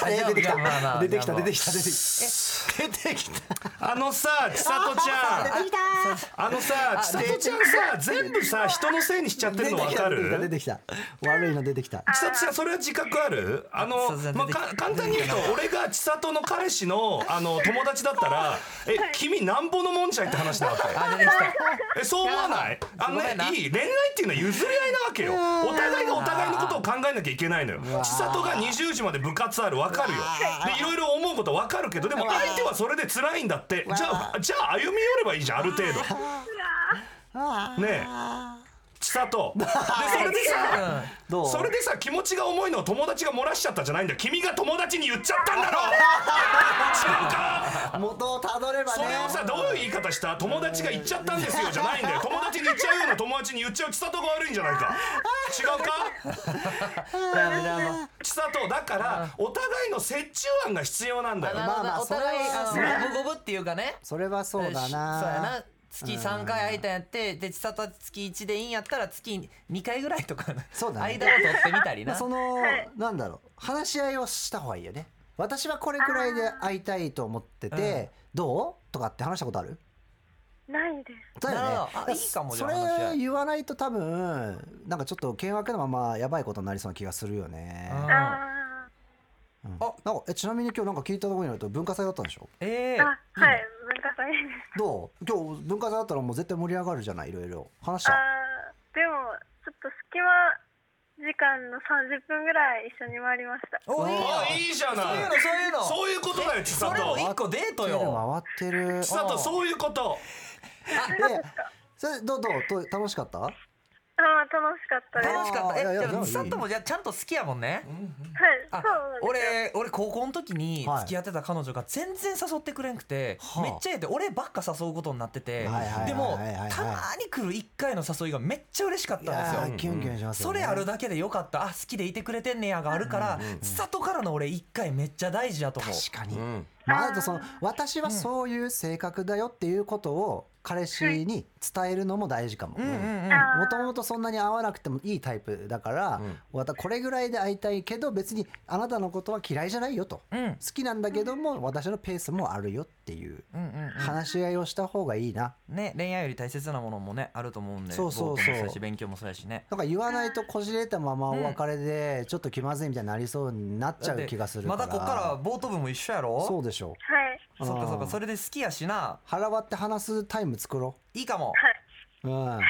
S2: ー
S3: いや
S2: 出てき
S3: まあま
S2: た
S3: あ
S2: 出てきた
S3: まあ
S2: 出てきた出てきた出てきた
S4: あのさ千里ちゃんあのさ千里ちゃんさ全部さ人のせいにしちゃってるの分か
S2: 出てきた出
S4: る
S2: てきた悪いの出てきた
S4: 千里ちゃんそれは自覚あるあの
S3: そうそう、
S4: まあ、か簡単に言うと俺が千里の彼氏のあの友達だったら「え君なんぼのもんじゃい」って話だわけ
S3: あ出てきた
S4: えそう思わないあの
S3: ご
S4: ね
S3: めんない
S4: い恋愛っていうのは譲り合いなわけよお互いがお互いのことを考えなきゃいけないのよ
S2: わー
S4: 千里が20時まで部活ある分かるよでいろいろ思うこと分かるけどでも相手はそれで辛いんだってじゃあじゃあ歩み寄ればいいじゃんある程度ねえ千里でそれでさ
S2: どう
S4: それでさ気持ちが重いのを友達が漏らしちゃったじゃないんだよ君が友達に言っちゃったんだろ違うか
S2: 元をたどれば
S4: そ
S2: ね
S4: れをさどういう言い方した友達が言っちゃったんで すよじゃないんだよ友達に言っちゃうような友達に言っちゃう千里が悪いんじゃないか違うか
S3: ダメダメ
S4: 千里だからお互いの折衷案が必要なんだよ
S2: まあまあ
S3: お互い
S2: それは
S3: あの五分五分っていうかね
S2: それはそうだな
S3: しそうやな月3回会えたんやってで千里は月1でいいんやったら月2回ぐらいとか
S2: そうだね
S3: 間を取ってみたり
S2: ま
S3: な
S2: あそのなんだろう話し合いをした方がいいよね私はこれくらいで会いたいと思っててどうとかって話したことある
S5: ないです
S2: だよね
S3: なるほどあ
S2: だら
S3: いいかもじ
S2: そ
S3: ゃあ話し合
S2: れ
S3: い
S2: 言わないと多分なんかちょっと険悪なままやばいことになりそうな気がするよね
S3: うん
S5: あ
S2: うん
S3: あ
S2: なんかえちなみに今日なんか聞いたところによると文化祭だったんでしょ
S3: ええ
S5: ーあはい文化祭です
S2: どう今日文化祭だったらもう絶対盛り上がるじゃないいろいろ話した
S5: あーでもちょっと隙間時間の30分ぐらい一緒に回りました
S3: おいいよ
S4: あいいじ
S3: そ
S4: ゃ
S3: ういう
S4: な
S3: の
S4: い
S3: そういうの
S4: そういうことだよ千
S3: それも
S4: 里
S3: 一個デート
S2: 手で
S3: よ
S2: 回ってる
S4: 千里そういうこと
S2: でそれどうどうどう楽しかった
S5: あー楽しかったです
S3: 楽しかったえ
S2: いやいや
S3: で
S2: でも
S3: も
S2: いい
S3: 千里もじゃあちゃんと好きやもんね
S5: はいそ
S3: あ
S5: うなんで
S3: 俺
S5: すよ
S3: 俺高校の時に
S2: はい
S3: 付き合ってた彼女が全然誘ってくれんくて、
S2: はあ
S3: めっちゃええで俺ばっか誘うことになってて、
S2: はいはいはいはい
S3: でも
S2: はいはい
S3: たまに来る1回の誘いがめっちゃ嬉しかっ
S2: い
S3: たんですよ
S2: やーキュンキュンしますよ
S3: そ
S2: ね
S3: れあるだけでよかったあ好きでいてくれてんねやがあるから、千里からの俺一回めっちゃ大事やと思う
S2: 確かに
S4: ん
S2: まあ、あとその私はそういう性格だよっていうことを彼氏に伝えるのも大事かも。
S3: うんうん
S2: も
S3: うん
S5: あ
S2: ともとそんなに合わなくてもいいタイプだから、わたこれぐらいで会いたいけど別にあなたのことは嫌いじゃないよと、
S3: うん
S2: 好きなんだけども私のペースもあるよっていう
S3: うんうん
S2: 話し合いをした方がいいな。
S3: ね恋愛より大切なものもねあると思うんで
S2: そうそうそう
S3: ボートもやし勉強もそうやしね
S2: なんか言わないとこじれたままお別れでちょっと気まずいみたいになりそうになっちゃう気がするか
S3: ま
S2: ら。
S3: だこっからボート部も一緒やろ
S2: そうでしょ
S5: はい、
S2: う。
S3: そっかそっ
S2: う
S3: か
S2: ん
S3: それで好きやしな
S2: 腹割って話すタイム作ろ
S3: いいかも
S5: はい、
S2: う。うん。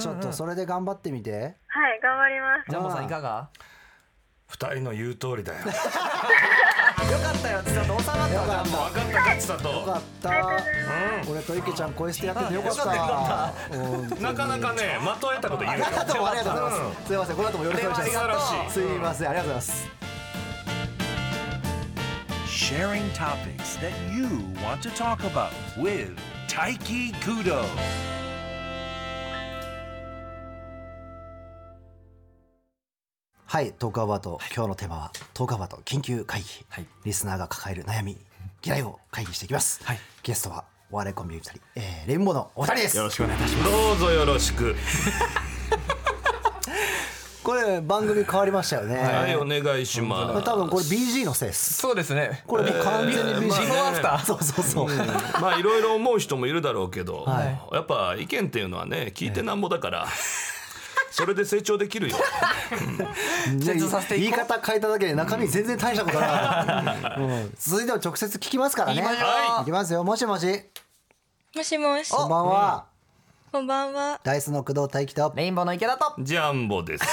S2: ちょっとそれで頑張ってみて。
S5: はい、頑張ります
S3: ジャンボさんいかが
S4: 二人の言う通 りだよ
S3: よかったよ千里収まったわジャンボ
S4: 分かったか千里
S2: よかった。俺と池ちゃんこうしてやっててよかっ
S3: よか
S2: た。うん
S4: なかなかねまとえたこと言
S2: あ
S4: う
S2: り
S4: よ
S2: がとうありがとうございます。すいませんこの後もよろしくお願いし
S4: これは
S2: ま
S4: 素晴らしい
S2: す。すいませんありがとうございます。
S6: sharing topics that you want to talk about with Taiki Kudo.
S2: はいトークアバート今日のテーマはトークアバート緊急会議
S3: はい。
S2: リスナーが抱える悩み嫌いを会議していきます。
S3: はい
S2: ゲストはお笑いコンビお二人えーレインボーのお二人です。
S6: しくお願いいたしま
S4: どうぞよろしく
S2: これ番組変わりましたよね。
S4: はいお願いします
S2: 多分これ BG のせいです。
S3: そうですね
S2: これもう完全に BG。
S4: まあねビフォーアフタ
S3: ー
S2: そうそうそう。
S4: まあいろいろ思う人もいるだろうけど、
S2: は
S4: やっぱ意見っていうのはね聞いてなんぼだから、それで成長でき るよ。
S2: じ
S3: 成長
S2: ゃ
S3: さ
S2: あ
S3: せていこ
S2: 言
S3: う
S2: い方変えただけで中身全然大したことないから、うん続いては直接聞きますからね
S3: 言いましょう
S2: はいいきますよもしもし
S1: もしもし、
S2: こんばんは、
S1: こんばんは。
S2: ダイスの工藤大輝と
S3: レインボーの池田と
S4: ジャンボです。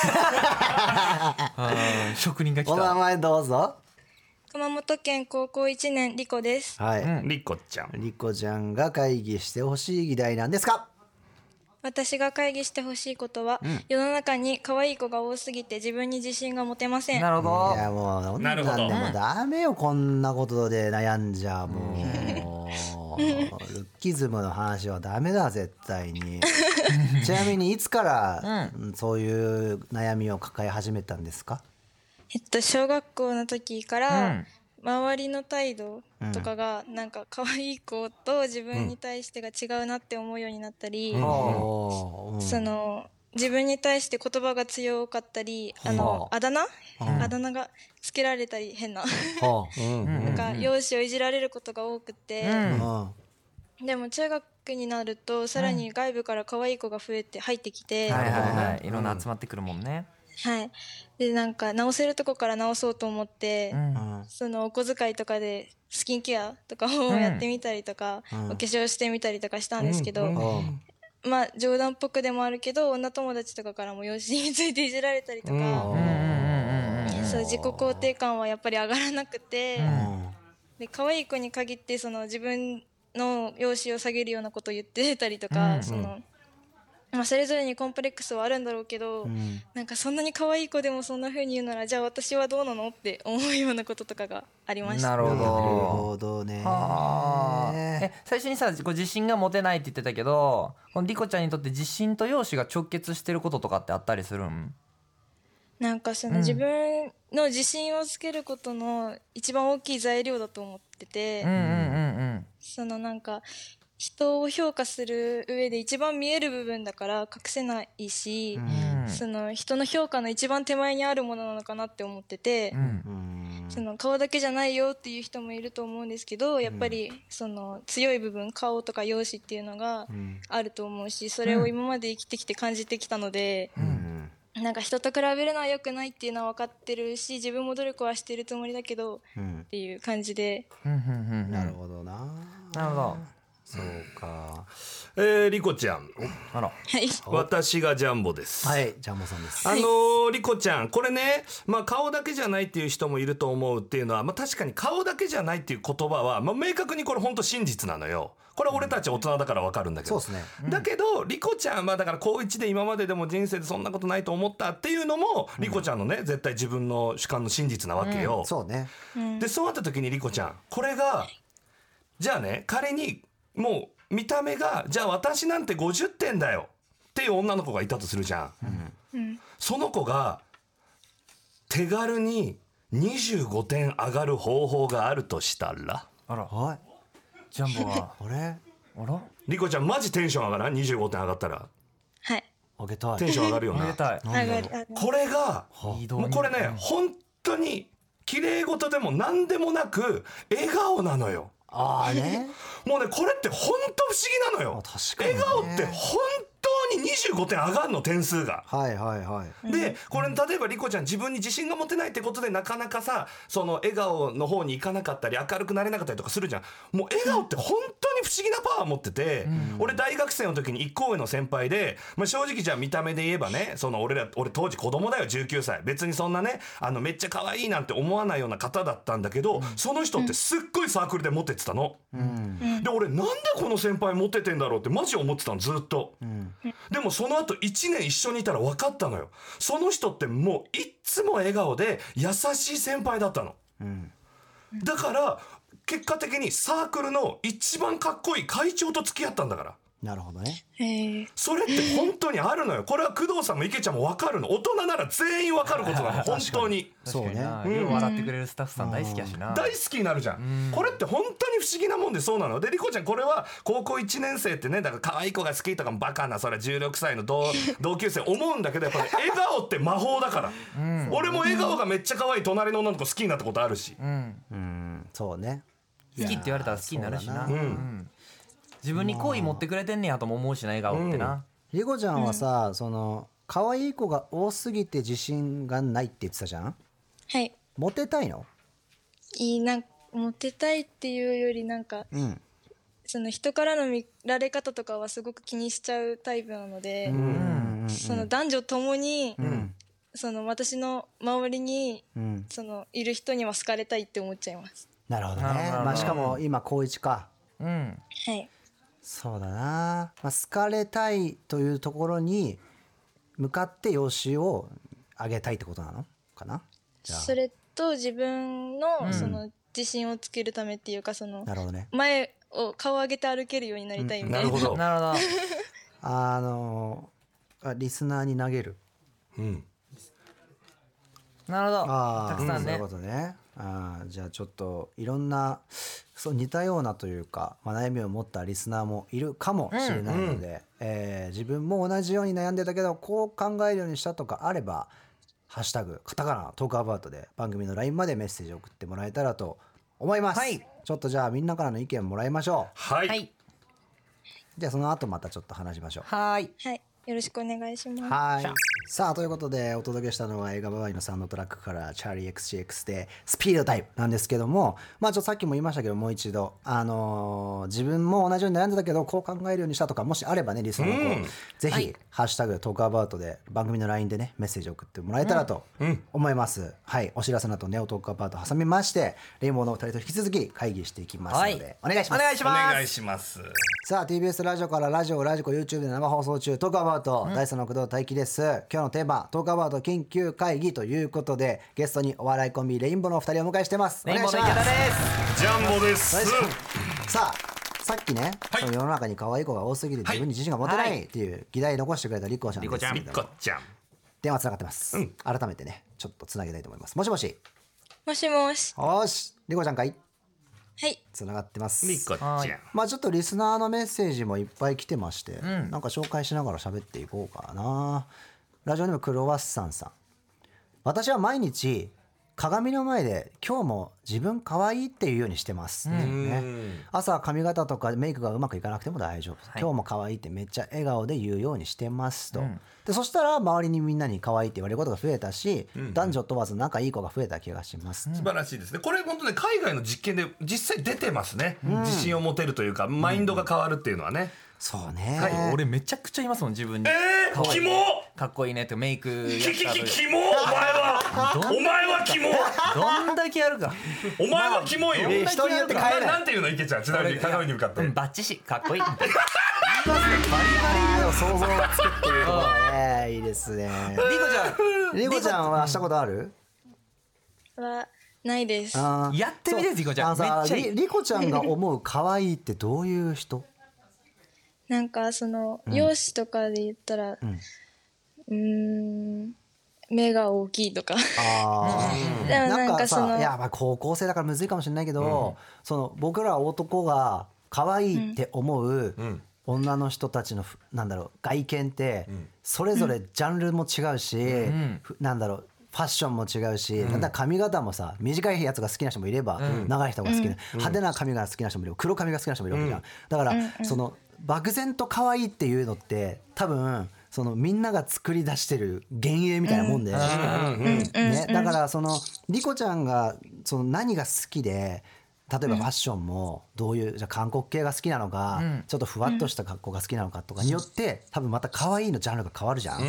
S3: 職人が
S2: お名前どうぞ
S1: 熊本県高校1年、リコです。
S2: はい、
S4: リコちゃん。
S2: リコちゃんが会議してほしい議題なんですか
S1: 私が会議してほしいことは、世の中に可愛い子が多すぎて自分に自信が持てません。
S3: なるほど
S2: いやもう
S4: なる
S2: 女
S4: ほど
S2: でもダメよこんなことで悩んじゃ もうルッキズムの話はダメだ絶対 にちなみにいつからそういう悩みを抱え始めたんですか
S1: えっと、小学校の時か
S3: う
S1: ら
S3: ん、
S1: 周りの態度とかが、なんか可愛い子と自分に対してが違うなって思うようになったり、
S2: おーうん
S1: その、自分に対して言葉が強かったり、あの、あだ名あだ名がつけられたり変な。
S2: ほううん
S1: なんか、容姿をいじられることが多くて、
S2: うん
S1: でも中学になるとさらに外部から可愛い子が増えて入ってきて、
S3: はいはい
S1: は
S3: はいいろんな集まってくるもんね
S1: い、でなんか直せるとこから直そうと思って、
S3: うん
S2: うん
S1: そのお小遣いとかでスキンケアとかをやってみたりとか、
S2: ん
S1: お化粧してみたりとかしたんですけど、
S2: うん
S1: まあ冗談っぽくでもあるけど女友達とかからも容姿についていじられたりとか、そう自己肯定感はやっぱり上がらなくて。で可愛い子に限ってその自分の容姿を下げるようなことを言ってたりとか、そのまあ、それぞれにコンプレックスはあるんだろうけど、なんかそんなに可愛い子でもそんな風に言うならじゃあ私はどうなのって思うようなこととかがありました
S3: なる
S2: な
S3: ほ
S2: る
S3: ど
S2: ほどね
S3: あー
S2: ね
S3: え最初にさご自信が持てないって言ってたけどこのリコちゃんにとって自信と容姿が直結してることとかってあったりするん
S1: なんかその自分の自信をつけることの一番大きい材料だと思ってて、
S3: うんうんうん
S1: そのなんか人を評価する上で一番見える部分だから隠せないし、
S3: うん
S1: その人の評価の一番手前にあるものなのかなって思ってて、
S3: うん
S2: うん
S1: その顔だけじゃないよっていう人もいると思うんですけどやっぱりその強い部分顔とか容姿っていうのがあると思うしそれを今まで生きてきて感じてきたので、なんか人と比べるのは良くないっていうのは分かってるし自分も努力はしてるつもりだけど
S2: うん
S1: っていう感じで
S3: うんうんうん
S2: なるほどな
S3: なるほど
S2: そうか
S4: えー、リコちゃん。
S3: あら
S1: はい
S4: 私がジャンボです。
S2: はいジャンボさんです
S4: あのーリコちゃんこれね、まあ、顔だけじゃないっていう人もいると思うっていうのは、まあ、確かに顔だけじゃないっていう言葉は、まあ、明確にこれ本当真実なのよこれ俺たち大人だから分かるんだけど、
S2: そうですね
S4: だけどリコちゃんはだから高一で今まででも人生でそんなことないと思ったっていうのも、リコちゃんのね絶対自分の主観の真実なわけよ、
S2: そうね
S4: でそうなった時にリコちゃんこれがじゃあね仮にもう見た目がじゃあ私なんて50点だよっていう女の子がいたとするじゃん、その子が手軽に25点上がる方法があるとしたら
S3: あら
S2: はい
S3: ジャンボは
S2: あれ
S3: あら
S4: リコちゃんマジテンション上がらん25点上がったら
S1: はい
S2: あげたい
S4: テンション上がるよ
S3: めで
S4: な
S3: たい
S1: 上がる上がる
S4: これが
S3: 移動
S4: もうこれね本当に綺麗事でも何でもなく笑顔なのよ
S2: ああね
S4: もうねこれって本当不思議なのよ
S2: あ確かにね
S4: 笑顔って本当に25点上がるの点数が。
S2: はいはいはい
S4: でこれ例えばリコちゃん自分に自信が持てないってことでなかなかさその笑顔の方に行かなかったり明るくなれなかったりとかするじゃんもう笑顔って本当に不思議なパワー持ってて、俺大学生の時に一校上の先輩で、まあ、正直じゃあ見た目で言えばねその俺ら俺当時子供だよ19歳別にそんなねあのめっちゃ可愛いなんて思わないような方だったんだけど、その人ってすっごいサークルでモテてたの。で俺なんでこの先輩モテてんだろうってマジ思ってたのずっと、でもその後1年一緒にいたら分かったのよその人ってもういっつも笑顔で優しい先輩だったの、だから結果的にサークルの一番かっこいい会長と付き合ったんだから
S2: なるほどね
S1: へえ
S4: それって本当にあるのよこれは工藤さんも池ちゃんも分かるの大人なら全員分かること なの本当に
S2: そうね
S3: 確かになよう笑ってくれるスタッフさん大好きやしな
S4: 大好きになるじゃん、これって本当に不思議なもんでそうなのでリコちゃんこれは高校1年生ってねだから可愛い子が好きとかもバカなそれは16歳の 同同級生思うんだけどやっぱ、ね、笑顔って魔法だから、俺も笑顔がめっちゃ可愛い隣の女の子好きになったことあるし、
S3: うん
S2: うんそうね
S3: 好きって言われたら好きになるしな
S2: そうだ
S4: なうん
S3: ん自分に好意持ってくれてんねやとも思うしな笑顔ってな
S2: りこちゃんはさその可愛い子が多すぎて自信がないって言ってたじゃん
S7: はい
S2: モテたいの
S7: いいなんモテたいっていうよりなんか
S2: うん
S7: その人からの見られ方とかはすごく気にしちゃうタイプなので、
S2: うん
S7: その男女ともに、
S2: うん
S7: その私の周りに
S2: うん
S7: そのいる人には好かれたいって思っちゃいます。
S2: なるほどね
S3: なるほどなるほど
S2: まあしかも今高一か
S3: うん
S7: はい。
S2: そうだな、まあ、好かれたいというところに向かって養子をあげたいってことなのかなじゃ
S7: それと自分の、
S3: うん
S7: その自信をつけるためっていうかその
S2: あなるほどね
S7: 前を顔上げて歩けるようになりたいみた
S4: ないる
S7: な。
S4: ほど。
S3: なるほど
S2: あのあリスナーに投げる
S4: うん。
S3: なるほど
S2: あ
S3: た
S2: あ
S3: くさん
S2: そうい
S3: ね
S2: うことねあーじゃあちょっといろんなそう似たようなというか、まあ、悩みを持ったリスナーもいるかもしれないので、えー自分も同じように悩んでたけどこう考えるようにしたとかあれば「ハッシュタグカタカナトークアバウト」で番組の LINE までメッセージを送ってもらえたらと思います、
S3: はい
S2: ちょっとじゃあみんなからの意見もらいましょ
S4: はい。
S3: はい
S2: うんじゃあその後またちょっと話しましょう
S3: はーい
S7: はい。よろしくお願いします。
S2: はい。さあ、ということで、お届けしたのは映画場合のサウンドトラックから、チャーリー XCX で、スピードタイプなんですけども、まあ、ちょっとさっきも言いましたけど、もう一度、あのー自分も同じように悩んでたけど、こう考えるようにしたとか、もしあればね、理想の子、
S4: うん
S2: ぜひ、ハッシュタグ、トークアバウトで、番組の LINE でね、メッセージ送ってもらえたらと思います。はい。お知らせなど、ネオトークアバウト挟みまして、レインボーのお二人と引き続き会議していきますので、お願いし
S3: お
S2: ます。
S3: 願いし
S4: お
S3: ます
S4: 願いします。
S2: さあ TBS ラジオからラジオラジコ YouTube で生放送中トークアバウト、ダイスの工藤大輝です今日のテーマトークアバウト緊急会議ということでゲストにお笑いコンビレインボーのお二人をお迎えしてます
S3: レインボーの
S2: お
S3: 池
S2: 願いし
S3: 田
S2: ま
S3: です
S4: ジャンボです。
S2: お願いしますさあさっきね、
S4: はい
S2: その世の中に可愛い子が多すぎて自分に自信が持てな
S3: はい
S2: いっていう議題残してくれたリコちゃんですけ
S4: み
S2: れ
S4: っ
S2: ど
S4: こ
S2: も
S4: ちゃん。
S2: 電話つながってます、改めてねちょっとつなげたいと思いますもしもし
S7: もしもし。
S2: よしリコちゃんかい
S7: はい。
S2: つながってます
S4: みっこちゃ
S3: は
S4: ん
S3: い。
S2: まあちょっとリスナーのメッセージもいっぱい来てまして、なんか紹介しながら喋っていこうかなラジオネームクロワッサンさん私は毎日鏡の前で今日も自分可愛いっていうようにしてます、ね朝髪型とかメイクがうまくいかなくても大丈夫、
S3: い
S2: 今日も可愛いってめっちゃ笑顔で言うようにしてますと、でそしたら周りにみんなに可愛いって言われることが増えたし、男女問わず仲いい子が増えた気がします、
S4: 素晴らしいですね。これ本当ね海外の実験で実際出てますね。自信を持てるというかマインドが変わるっていうのはね。
S2: そうね、
S3: はい、俺めちゃくちゃいますもん自分に、
S4: えー
S3: 可愛い
S4: キモ
S3: かっこいいねってメイクやっ
S4: キキ
S3: た
S4: キ
S3: 後
S4: キモお前は
S3: どん
S4: お前はキモ
S3: どんだけやるか
S4: お前はキモいよ。
S2: えー人によって変えない
S4: ななんていうの池ちゃんちなみに鏡に向かって。
S3: うんバッチシかっこいい
S2: あーでも想像がつくっていうところ がねいいですね
S3: リコち
S2: リコちゃんはしたことある
S7: はないです。
S2: あー
S3: やってみて
S2: そう
S3: リコちゃ
S2: あ
S3: ん
S2: のさ
S3: めっちゃいい
S2: リリコちゃんが思う可愛いってどういう人
S7: なんかその容姿とかで言ったら、うーん、目が大きいとか。
S2: あー
S7: でもなんかその
S2: いやまあ高校生だからむずいかもしれないけど、その僕ら男が可愛いって思う
S4: うん
S2: 女の人たちのふなんだろう外見ってそれぞれジャンルも違うし、ふなんだろうファッションも違うし、なんだ髪型もさ短いやつが好きな人もいれば、長い人が好きな、派手な髪が好きな人もいる黒髪が好きな人もいるわけじゃん、だから、その漠然と可愛いっていうのって多分そのみんなが作り出してる幻影みたいなもんで、ね、だからそのリコちゃんがその何が好きで例えばファッションもどういう、じゃあ韓国系が好きなのか、ちょっとふわっとした格好が好きなのかとかによって多分また可愛いのジャンルが変わるじゃん、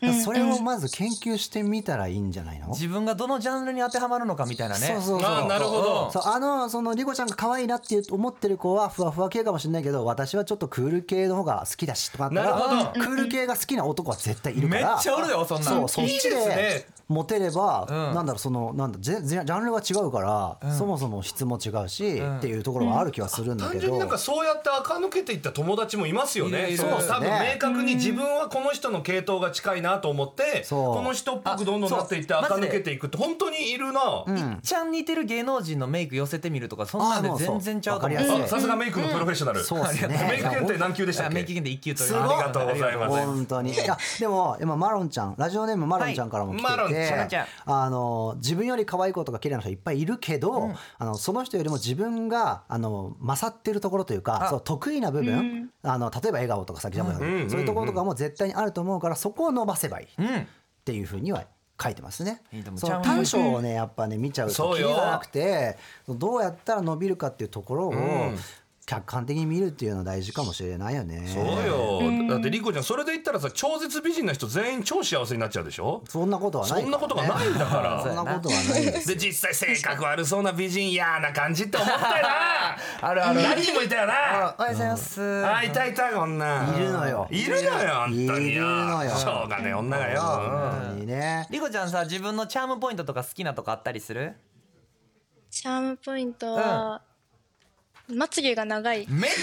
S2: だからそれをまず研究してみたらいいんじゃないの、
S3: ゃ自分がどのジャンルに当てはまるのかみたいなね
S2: そうそうそう
S4: あーなるほど
S2: そうあのそのリコちゃんが可愛いなって思ってる子はふわふわ系かもしれないけど私はちょっとクール系の方が好きだしとかなった
S4: なる
S2: ら
S4: ほ
S2: クール系が好きな男は絶対いるか
S3: めっ
S2: ら
S3: ちゃおるよそんな
S2: そ
S3: の
S2: うそっち
S4: いいです
S2: で
S4: ね
S2: モテれば、
S3: うん
S2: なんだろうそのなんだジャジャンルが違うから、そもそも質も違うし、っていうところはある気はするんだけ
S4: 単
S2: ど、
S4: 純になんかそうやって垢抜けていった友達もいますよ
S3: い
S4: ね。
S3: るい
S4: そ
S3: る
S4: の多分明確に自分はこの人の系統が近いなと思って、
S2: そう
S4: この人っぽくどんどんなっていって
S3: あそう
S4: 垢抜けていくって本当にいるな。
S3: いっちゃん似てる芸能人のメイク寄せてみるとかそんなんで
S2: あもうそう
S3: 全然ちゃうと思う
S2: わかりや
S4: あさすがメイクのプロフェッショナル。
S2: そうっすね
S4: メイク検定何級でしたっ
S3: あ
S4: け？
S3: メイキングで一級取り
S4: すごいありがとうございます
S2: 本当にいやでも今マロンちゃんラジオネームマロンちゃんからも来てて、
S4: はいマロンち
S3: ゃんちゃん
S2: あの自分より可愛い子とか綺麗な人いっぱいいるけど、あのその人よりも自分があのの勝ってるところというか
S3: あ
S2: そう得意な部分、あの例えば笑顔とかさっきジャムさんが言った
S4: うん
S2: そういうところとかも絶対にあると思うからそこを伸ばせばいいっ
S3: うん
S2: ていうふうには書いてますね
S3: いいと。思う
S2: その短所をねやっぱね見ちゃう
S4: そ
S2: と
S4: う
S2: キ
S4: よ
S2: リがなくてどうやったら伸びるかっていうところを
S4: ん
S2: 客観的に見るっていうのは大事かもしれないよね。
S4: そうよ、だってリコちゃんそれで言ったらさ超絶美人な人全員超幸せになっちゃうでしょ
S2: そんなことはないから
S4: そ
S2: ね、
S4: んなことがないんだから
S2: そんなことはないです
S4: で実際性格悪そうな美人嫌な感じって思ったよな
S3: あるある
S4: 何人もいたよ
S3: あ
S4: な
S3: らおはようございます
S4: あいたいたこんない
S2: いるのよ
S4: いるのよ本当に
S2: いるのよ
S4: しょうがねえ女がよ、
S2: 本当にね。
S3: リコちゃんさ自分のチャームポイントとか好きなとかあったりする
S7: チャームポイントは、まつげが長い。
S3: めっち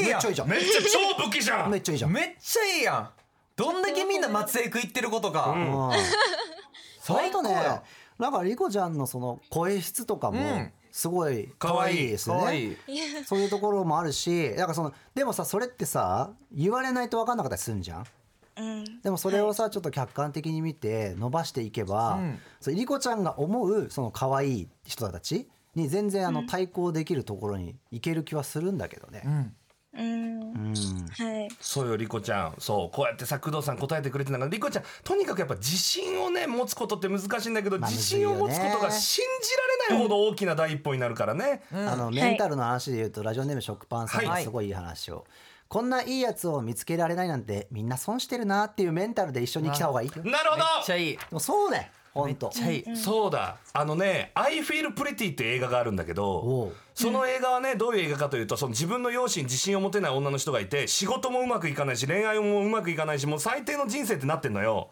S3: ゃいい
S2: めっ
S3: や
S2: ちゃいいじゃ
S3: ん
S2: ん。
S4: めっちゃ超武器じゃん
S2: めっちゃいいじゃん。
S3: めっちゃいいやんどんだけみんな松江区行ってること
S4: ん
S3: か
S2: うんあ
S3: 最
S2: と
S3: 高
S2: ね
S3: や、
S2: なんかリコちゃんのその声質とかも
S3: ん
S2: すごい
S4: 可
S2: 可
S4: 愛い
S2: 愛いです
S3: か
S2: よ
S3: わ
S2: ね。
S3: いい
S2: そういうところもあるし、なんかそのでもさそれってさ言われないと分かんなかったりするんじゃん。
S7: うん。
S2: でもそれをさちょっと客観的に見て伸ばしていけば
S3: うん、
S2: そうリコちゃんが思うその可愛い人たちに全然あの対抗できるところにいける気はするんだけどね
S3: う。ん
S7: うん。
S2: うん。
S7: はい。
S4: そうよリコちゃんそうこうやってさ工藤さん答えてくれてたからリコちゃんとにかくやっぱ自信をね持つことって難しいんだけど、
S2: まあ
S4: 自信を持つことが信じられないほど大きな第一歩になるからね、
S2: あのメンタルの話で言うと、ラジオネーム食パンさんが
S3: はい
S2: すごいいい話を、こんないいやつを見つけられないなんてみんな損してるなっていうメンタルで一緒に来た方がいいよで
S4: なるほ
S3: めっち
S4: ど
S3: ゃいい
S2: もそうねほ
S3: め
S2: ん
S3: っ
S2: と
S3: ちゃいい
S4: そうだあのね「I Feel Pretty」って映画があるんだけ
S2: お
S4: ど
S2: う
S4: その映画はねどういう映画かというとその自分の容姿に自信を持てない女の人がいて仕事もうまくいかないし恋愛もうまくいかないしもう最低の人生ってなってんのよ。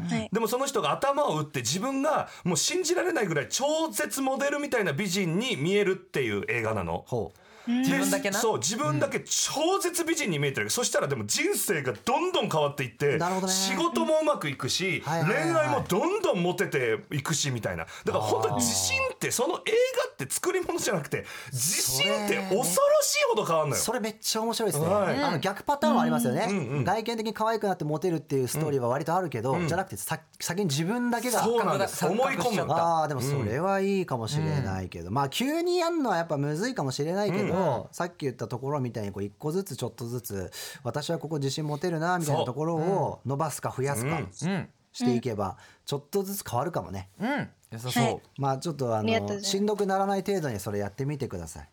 S7: はい。
S4: でもその人が頭を打って自分がもう信じられないぐらい超絶モデルみたいな美人に見えるっていう映画なの。
S2: ほ
S4: 自
S3: 分だけな
S4: そう自分だけ超絶美人に見えてる、そしたらでも人生がどんどん変わっていって
S2: なるほどね
S4: 仕事もうまくいくし、
S2: はいはいはいはい
S4: 恋愛もどんどんモテていくしみたいなだから本当に自信ってその映画って作り物じゃなくて自信って恐ろしいほど変わるの
S2: う
S4: よ。
S2: それめっちゃ面白いですね、
S4: はい
S2: あの逆パターンはありますよね、
S4: うんうん
S2: 外見的に可愛くなってモテるっていうストーリーは割とあるけど、
S4: ん
S2: じゃなくてさ先に自分だけが
S4: そうなんです
S3: 錯覚
S4: 思い込
S3: 錯覚しちゃう
S4: む
S3: か
S2: あーでもそれはいいかもしれないけど、まあ急にやるのはやっぱむずいかもしれないけど、さっき言ったところみたいにこう一個ずつちょっとずつ私はここ自信持てるなみたいなところを伸ばすか増やすか
S3: うん
S2: していけばちょっとずつ変わるかもね、
S3: うん良さ
S7: はい
S3: そ
S2: まあちょっとあ
S7: ありがとうござい
S2: の
S7: ます
S2: しんどくならない程度にそれやってみてください、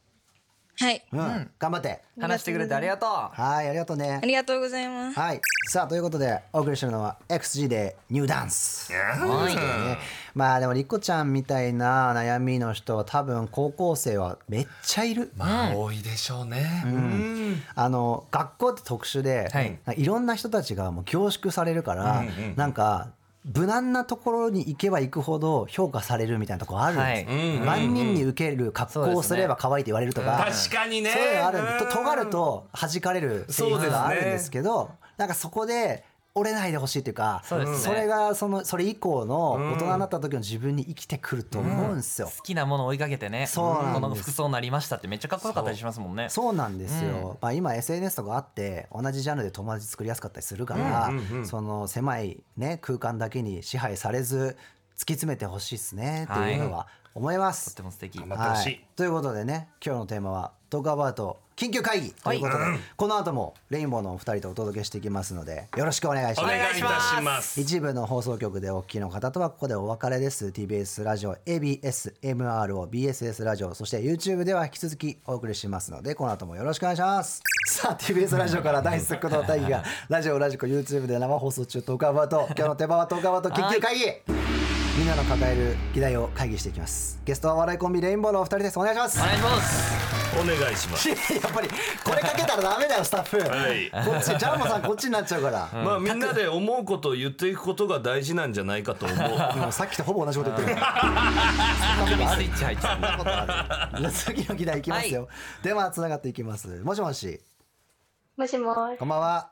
S7: はい。
S2: うん頑張って
S3: う話してくれてありがとう
S2: はいありがとうね
S7: ありがとうございます。
S2: はいさあということでお送りしてるのは XG でニューダンス
S4: はい
S2: ねまあでもりこちゃんみたいな悩みの人は多分高校生はめっちゃいる、
S4: まあ多いでしょうね。うん
S2: あの学校って特殊で、
S3: はい
S2: なんかいろんな人たちがもう凝縮されるから、なんか無難なところに行けば行くほど評価されるみたいなところあるんですよ、
S3: はい
S2: 万人に受ける格好をすれば可愛いって言われるとか、
S4: 確かにね。
S2: そういうのあるん
S4: う
S2: で
S4: ん
S2: と尖ると弾かれる性
S4: そう
S2: 質
S4: ですね
S2: があるんですけどなんかそこで折れないでほしいというか
S3: そうですね
S2: れがそのそれ以降の大人になった時の自分に生きてくると思うんですよ。
S3: 好きなものを追いかけてね
S2: そうなんです
S3: この服装になりましたってめっちゃかっこよかったりしますもんね
S2: そうなんですよ、まあ、今 SNS とかあって同じジャンルで友達作りやすかったりするから、その狭い、ね、空間だけに支配されず突き詰めてほしいですねっていうのは思いま
S3: と
S2: す
S3: っ。ても素敵
S4: 頑張ってほしい
S2: ということでね今日のテーマは「トークアバウト緊急会議」ということで、この後もレインボーのお二人とお届けしていきますのでよろしくお願いし
S4: お
S2: ます。
S4: 願いいたします。
S2: 一部の放送局でお聞きの方とはここでお別れです TBS ラジオ ABSMROBSS ラジオそして YouTube では引き続きお送りしますのでこの後もよろしくお願いします さあ TBS ラジオから大好きの大義が ラジオラジコ YouTube で生放送中トークアバウト今日の手羽はトークアバウト緊急会議みんなの抱える議題を会議していきますゲストはお笑いコンビレインボーのお二人ですお願いし ます
S3: お願いします
S4: お願いします。
S2: やっぱりこれかけたらダメだよスタッフ、
S4: はい
S2: こっちジャンボさんこっちになっちゃう から、
S4: まあみんなで思うことを言っていくことが大事なんじゃないかと 思う。
S2: でもさっきとほぼ同じこと言ってる
S3: スイッチ入っちゃう
S2: そんなことあるじゃあ次の議題いきますよ、ではつながっていきますもしもし
S5: もしもし
S2: こんばんは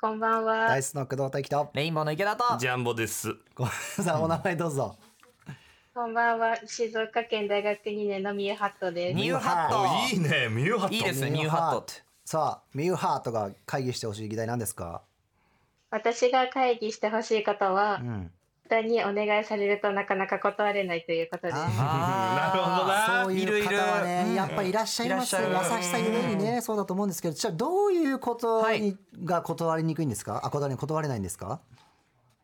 S5: こんばんは
S2: ダイスの工藤大輝と
S3: レインボーの池田と
S4: ジャンボです。
S2: ごめんなさいお名前どうぞ、
S5: こんばんは静岡県大学2年のみゆはっとです
S3: ニューハ
S4: お
S3: ッ
S4: いいね、ミューハ
S3: ト
S4: ット。
S3: いいですねニューハットって
S2: さあミユハートが会議してほしい議題なんですか
S5: 私が会議してほしいことは
S2: う、ん
S8: 人にお願いされるとなかなか断れないということです。
S4: なるほどな
S2: そういう方はね
S3: いるいるうん
S2: やっぱりいらっしゃいますよ
S3: いらっしゃる
S2: 優しさゆえにねそうだと思うんですけどじゃあどういうことに、
S3: はい
S2: が断りにくいんですかあ断り断れないんですか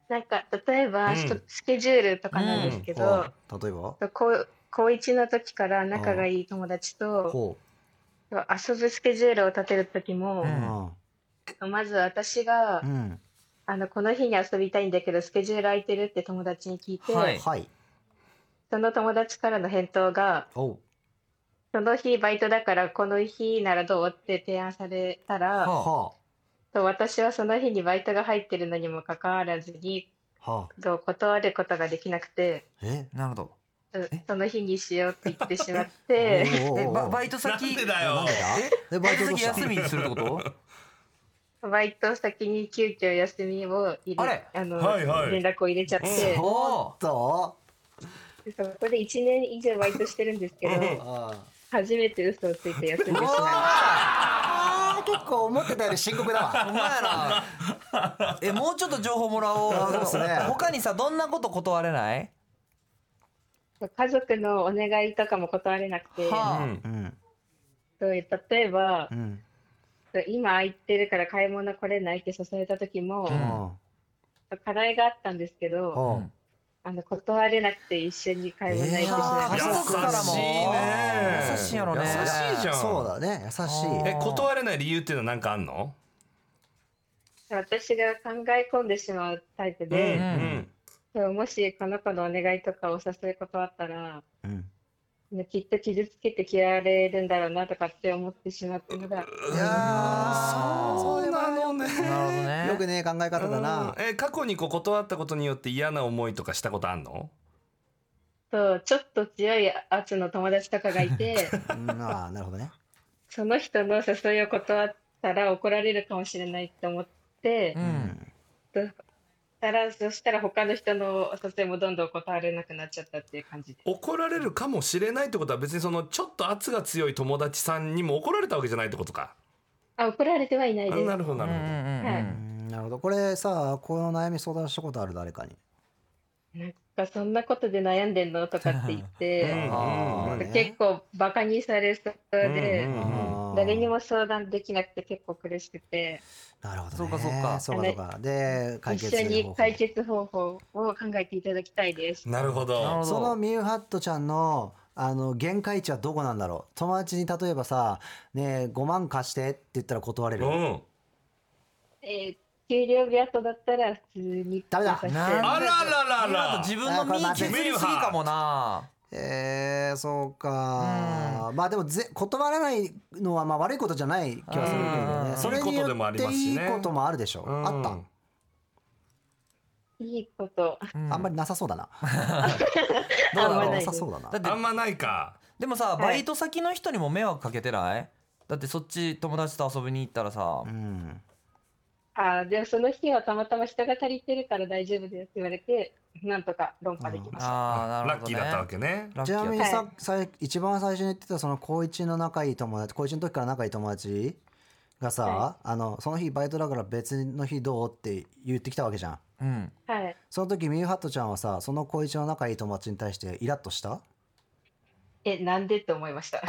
S8: なんか例えば、
S4: うん
S8: ちょっとスケジュールとかなんですけ
S2: ほ
S8: ど、
S2: う例えば
S8: こう高一の時から仲がいい友達と
S2: こ
S8: 遊ぶスケジュールを立てる時も
S3: う、
S2: う、うんん
S8: まず私が、
S2: うん
S8: あのこの日に遊びたいんだけどスケジュール空いてるって友達に聞いて、
S3: はい
S2: はい
S8: その友達からの返答が
S2: おう
S8: その日バイトだからこの日ならどうって提案されたら、
S3: は
S2: は
S8: と私はその日にバイトが入ってるのにもかかわらずに
S2: あはあ
S8: と断ることができなくて
S2: え
S3: なるほど
S8: うん
S3: え
S8: その日にしようって言ってしまって
S2: おうおうおう
S3: えババイト先
S4: なんでだよ
S2: なんでだえ
S3: え
S2: バ
S3: バ
S2: イ
S3: イ
S2: ト
S3: ト
S2: どう
S3: 先
S2: した
S3: 休みにするってこと
S8: バイト先に急遽休みを入れ
S3: あれ
S8: あの、
S4: はいはい
S8: 連絡を入れちゃって、
S4: うん
S2: おっと
S8: そこで1年以上バイトしてるんですけど
S2: あ
S8: 初めて嘘をついて休んでしまいました。
S2: あー結構思ってたより深刻だ
S3: お
S2: わ
S3: 前らえもうちょっと情報もらおう
S2: あそうっすね
S3: 他にさどんなこと断れない
S8: 家族のお願いとかも断れなくて、
S3: はあ
S4: うん
S2: うん
S8: そう例えば
S2: う、ん
S8: 今空いてるから買い物来れないって誘われた時も、
S2: うん
S8: 課題があったんですけど、
S2: お
S3: う
S2: うん
S8: あの断れなくて一緒に買い物行ってしまい
S2: えー家
S8: まし
S4: 優
S8: た。
S2: 族からも
S4: しいね
S3: 優しいやろね
S4: 優しいじゃん
S2: そうだね優し
S3: あ
S2: い
S4: え断れない理由っていうのは何かあんの
S8: 私が考え込んでしまうタイプ
S4: う
S8: で、
S4: ん
S8: そうもしこの子のお願いとかお誘い断ったら、
S2: うん
S8: きっと傷つけて嫌われるんだろうなとかって思ってしまったのが、
S2: いやー
S4: そうなのね
S3: なるほどね
S2: よくね考え方だな
S4: うんえ過去にこう断ったことによって嫌な思いとかしたことあんの
S8: そうちょっと強い圧の友達とかがいて、
S2: うんあーなるほどね
S8: その人の誘いを断ったら怒られるかもしれないと思って、
S3: う
S2: うんん
S8: そしたらそしたら他の人のお誘いもどんどん断れなくなっちゃったっていう感じで
S4: 怒られるかもしれないってことは別にそのちょっと圧が強い友達さんにも怒られたわけじゃないってことか
S8: あ怒られてはいない
S4: あ
S8: です
S4: なるほど
S3: う
S4: なん
S3: う
S4: るほど、
S3: んう
S8: は
S2: うんんなるほどこれさこの悩み相談したことある誰かに
S8: なんかそんなことで悩んでんのとかって言っ
S4: うん
S8: て
S2: あー
S4: うん
S2: ね
S8: 結構バカにされそ
S4: う
S8: うで
S4: ん
S2: あー
S8: 誰にも相談できなくて結構苦しくて
S2: なるほどね
S3: そうかそうか
S2: そうかそうかで解決
S8: 一緒
S2: する
S8: に
S2: 方法
S8: 解決方法を考えていただきたいです
S4: なるほ
S3: なる
S4: ど
S3: ほ
S2: その
S3: ど
S2: ミューハットちゃんのあの限界値はどこなんだろう友達に例えばさ「ねえ5万貸して」って言ったら断れ
S4: う
S2: る、
S4: ん
S8: えー給料日後だったら普通に
S2: ダメだ
S8: 優しく
S3: なんで
S4: あらららら
S3: 今の自分の身削りすぎかもな
S2: えー、そうか、まあでもぜ断らないのはまあ悪いことじゃない気はするけどねそれ
S3: うん
S2: によ
S4: いいことでもあ
S2: っ
S4: りま
S2: て
S4: すし
S2: いい
S4: ね
S2: こともあるでしょ、
S4: うん
S2: あった、
S8: いいこと
S2: あんま
S3: り
S2: りなさそうだな
S3: どうだ
S8: あんま
S3: ろう
S8: りな
S2: ないさそうだな
S3: だって
S4: あんまないか
S3: でもさ
S8: い
S3: バイト先の人にも迷惑かけてないだってそっち友達と遊びに行ったらさ
S2: うん
S8: あーでもその日はたまたま人が足りてるから大丈夫ですって言われてなんとか論破できました、
S3: あーな
S4: ラ
S3: る
S4: ッ
S3: ほ
S4: キ
S3: ど
S4: ー
S3: ね
S4: だったわけね
S3: ラッキ
S2: ちな
S3: ーだった
S2: みにさ、
S8: はい
S2: さい一番最初に言ってたその高一の仲いい友達高一の時から仲いい友達がさ、
S8: は
S2: あのその日バイトだから別の日どうって言ってきたわけじゃん
S3: うん
S8: はい
S2: その時ミューハットちゃんはさその高一の仲いい友達に対してイラッとした
S8: えなんでって思いました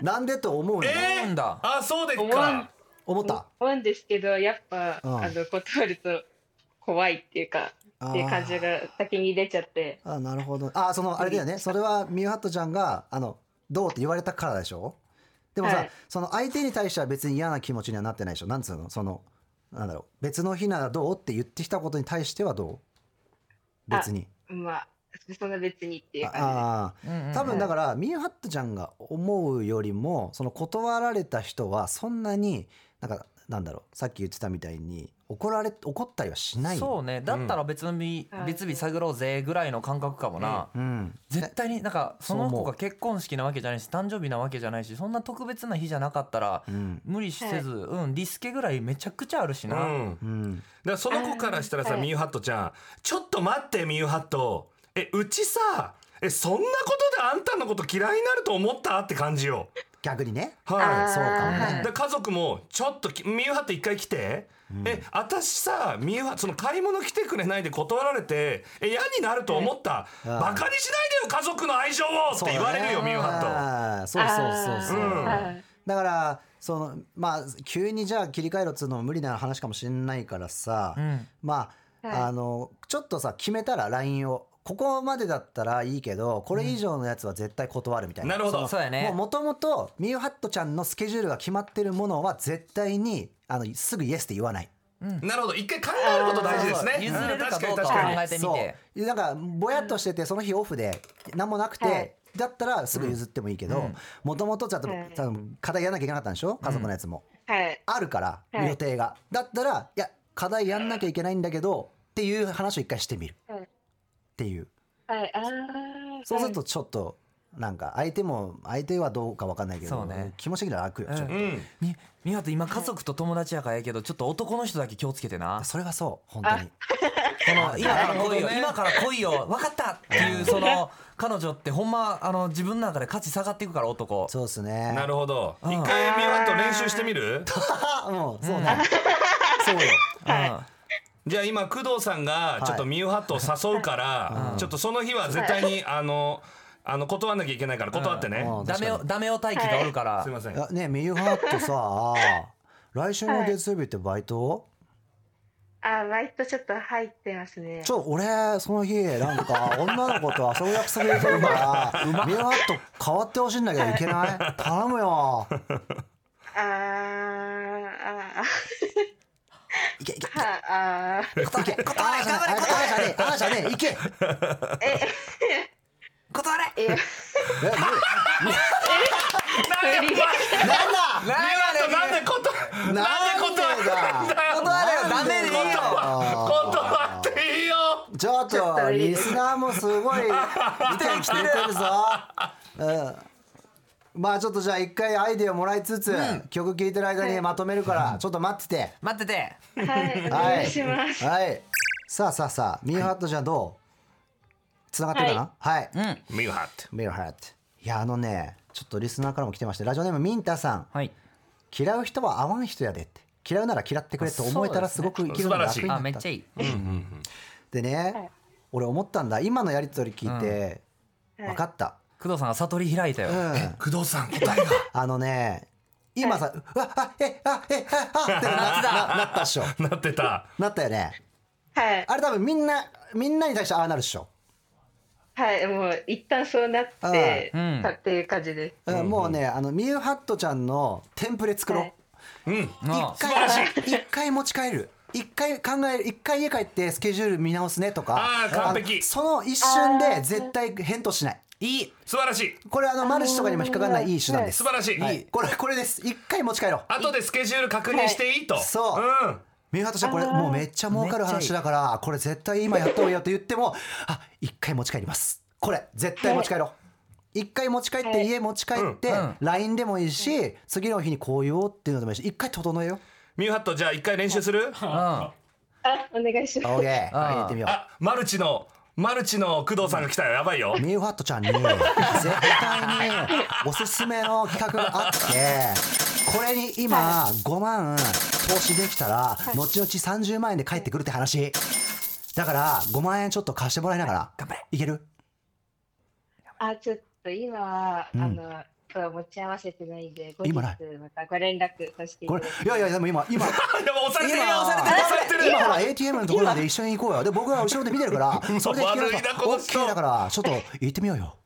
S2: なんでと思うの、
S4: え
S3: なん
S4: ー、
S3: だ
S4: あそうでっ
S8: 思わん
S4: か
S2: 思った
S8: 思うんですけどやっぱ、
S2: うん
S8: あの断ると怖いっていうか
S2: あ
S8: っていう感じ
S2: ー
S8: が先に出ちゃって
S2: あなるほどあそのあれだよねそれはミューハットちゃんがあのどうって言われたからでしょでもさ、
S8: はい
S2: その相手に対しては別に嫌な気持ちにはなってないでしょなんつうのそのなんだろう別の日ならどうって言ってきたことに対してはどう別に
S8: まあそんな別にっていう感
S2: あ
S3: うんうんう
S2: あ
S3: ん
S2: 多分だからミューハットちゃんが思うよりもその断られた人はそんなになんかなんだろうさっき言ってたみたいに怒られ怒ったりはしない
S3: そうねだったら別の日、
S8: うん
S3: 別日探ろうぜぐらいの感覚かもな、
S2: うん
S3: 絶対になんかその
S2: そう
S3: 子
S2: 思
S3: が
S2: う
S3: 結婚式なわけじゃないし誕生日なわけじゃないしそんな特別な日じゃなかったら
S2: うん
S3: 無理せず、うんリスケぐらいめちゃくちゃあるし
S4: う
S3: な、
S4: ん
S2: うん
S4: だからその子からしたらさ、
S8: はい
S4: ミューハットちゃん、ちょっと待って、ミューハット。え、うちさ、え、そんなことであんたのこと嫌いになると思ったって感じよ。
S2: 逆にね。
S4: はい
S8: あー
S2: そうかもね。
S4: で家族もちょっときミユハって一回来て、え私さミユハその買い物来てくれないで断られてえ嫌になると思った、
S2: うん
S4: バカにしないでよ家族の愛情をって言われるよ、ミユハ
S2: ハと。そうそうそうそう。
S4: うん
S8: はい
S2: だからそのまあ急にじゃあ切り替えろっつうのも無理な話かもしれないからさ、
S3: うん
S2: まあ、
S8: はい
S2: あのちょっとさ決めたら LINE をここまでだったらいいけどこれ以上のやつは絶対断るみた
S4: と
S2: いな。
S4: なるほど
S3: そうやね
S2: もともとミユハットちゃんのスケジュールが決まってるものは絶対にあのすぐイエスって言わない。
S4: なるほど一回考えること大事ですね
S3: そう譲れるかどうか
S4: ん確
S3: を
S4: かに確かに
S3: 考えてみて
S2: そうなんかぼやっとしててその日オフで何もなくて、
S8: はい
S2: だったらすぐ譲ってもいいけどもともとちょっと
S8: はい
S2: 多分課題やんなきゃいけなかったんでしょ家族のやつも、
S8: はい。
S2: あるから
S8: はい
S2: 予定が、だったらいや課題やんなきゃいけないんだけどっていう話を一回してみる、
S8: はい
S2: っていう
S8: はい。ああ。
S2: そうするとちょっとなんか相手も相手はどうかわかんないけ
S3: そ
S2: ど、
S3: うね
S2: 気持ち的には楽よ、
S3: うん
S2: ちょっと
S4: うん
S3: みみわと今家族と友達やからやけどちょっと男の人だけ気をつけて な
S2: あそれはそう本当に
S3: この今から来いよ、
S4: なるほどね
S3: 今から来いよ分かったっていうその彼女ってほんまあの自分の中で価値下がっていくから男
S2: そうですね
S4: なるほど
S3: うん
S4: 一回ミユハと練習してみる
S2: あもうそうね、そうよ
S4: じゃあ今工藤さんがちょっとミユハと誘うから、ちょっとその日は絶対にあのあの断んなきゃいけないから断ってね、
S2: うん
S3: うん、ダメをダメを待機がおるから、
S4: すいません
S2: いやねえミユハットさ来週の月曜日ってバイト、
S8: あー、バイトちょっと入ってますね。
S2: ちょ俺その日なんか女の子と遊ぶ約束入れてるからミユハット変わってほしいんだけどいけない頼むよ
S8: あーあ
S2: いけいけ
S8: ー。はあー。
S2: 断れ断れ断れ断れ断れじゃねえいけ
S3: 断れ
S8: え、
S2: えね
S3: 何やねん
S4: なんでこと
S2: えなんで断るんだ
S3: 断れよダメでいいよ
S4: 断っていいよ
S2: ちょっとリスナーもすごい意見聞いてるぞ。うん。まあちょっとじゃあ一回アイディアもらいつつ、曲聴いてる間にまとめるから、ちょっと待ってて。
S3: 待ってて
S8: はい、お願いします。
S2: はい。さあさあさあ、ミーハットじゃんどうつながってるかなはい。
S4: ミューハット
S2: ミーハット。いや、あのね、ちょっとリスナーからも来てまして、ラジオネームミンタさん。
S3: はい
S2: 嫌う人は合わん人やでって。嫌うなら嫌ってくれって思えたらすごく生きるのが楽にな
S3: あ
S2: っ
S3: めったちゃいい
S2: でね、俺思ったんだ今のやり取り聞いて、分かった、
S3: 工藤さんが悟り開いたよ、
S2: うん、
S4: 工藤さん答えが
S2: あのね今さ「うわあえあえああ ってなななったっしょ
S4: なってた
S2: なったよね
S8: はい、
S2: あれ多分みんなみんなに対してああなるっしょ、
S8: はい、もう一旦そうなって
S3: あーうん
S8: たっていう感じです。
S2: うんもうねあのミユハットちゃんのテンプレ作ろう、
S8: はい
S4: うん
S3: あ
S2: 一回一回持ち帰る一回考える一回家帰ってスケジュール見直すねとか
S4: あー完璧
S2: のその一瞬で絶対返答しない
S3: いい
S4: 素晴らしい
S2: これあのマルチとかにも引っかからないいい手段です
S4: 素晴らしい、
S2: はい、これこれです一回持ち帰ろう
S4: 後でスケジュール確認していいと、
S2: いそう
S4: うん
S2: ミューハート社これもうめっちゃ儲かる話だからこれ絶対今やった方がいいよって言ってもあ一回持ち帰りますこれ絶対持ち帰ろう一回持ち帰って家持ち帰って
S3: うんうん
S2: LINE でもいいし次の日にこう言おうっていうのでもいいし一回整えよ
S4: ミューハットじゃあ一回練習する
S3: うんあ
S8: あ、お願いし
S2: う
S8: ます。
S2: OK 入ってみよう
S4: あマルチのマルチの工藤さんが来たよやばいよ
S2: ミューハットちゃんに絶対におすすめの企画があってこれに今5万投資できたら後々30万円で返ってくるって話だから5万円ちょっと貸してもらいながら頑張れいける
S8: あ、ちょっと今は、
S2: うん
S8: あの、今日持ち合わせてないんで、後日
S2: 今
S8: ま
S2: ない
S8: たご連絡させてい
S2: こ
S8: た
S2: れ
S8: だきます。
S2: いやいやでも今今
S4: でも押されてるよ
S2: 今
S4: 押されてる押されてる
S2: 今ほら ATM のところまで一緒に行こうよで僕は後ろで見てるからそれで聞ける
S4: 悪いなこの人
S2: OK だからちょっと行ってみようよ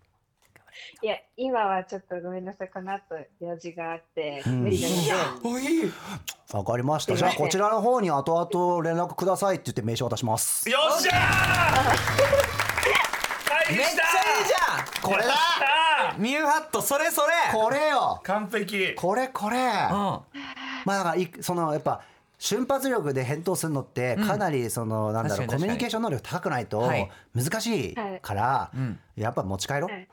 S8: いや、今はちょっとごめんなさい、この後用事があって、
S2: ん
S8: 無理なんで。
S4: おいいよ
S2: わかりましたじゃあこちらの方に後々連絡くださいって言って名刺渡します
S4: っしゃー返
S3: めっ
S4: し
S3: ち
S4: た
S3: ゃいいじゃ
S2: これだ
S4: ゃん
S3: んミューハットそれそれ
S2: これよ
S4: 完璧
S2: これこれ
S3: う
S2: まあだからいそのやっぱ瞬発力で返答するのってかなりそのなんだろう
S3: 確かに確
S2: コ
S3: かに
S2: ミュニケーション能力高くないと
S3: はい
S2: 難しいから
S3: いうん
S2: やっぱ持ち帰ろう
S8: はい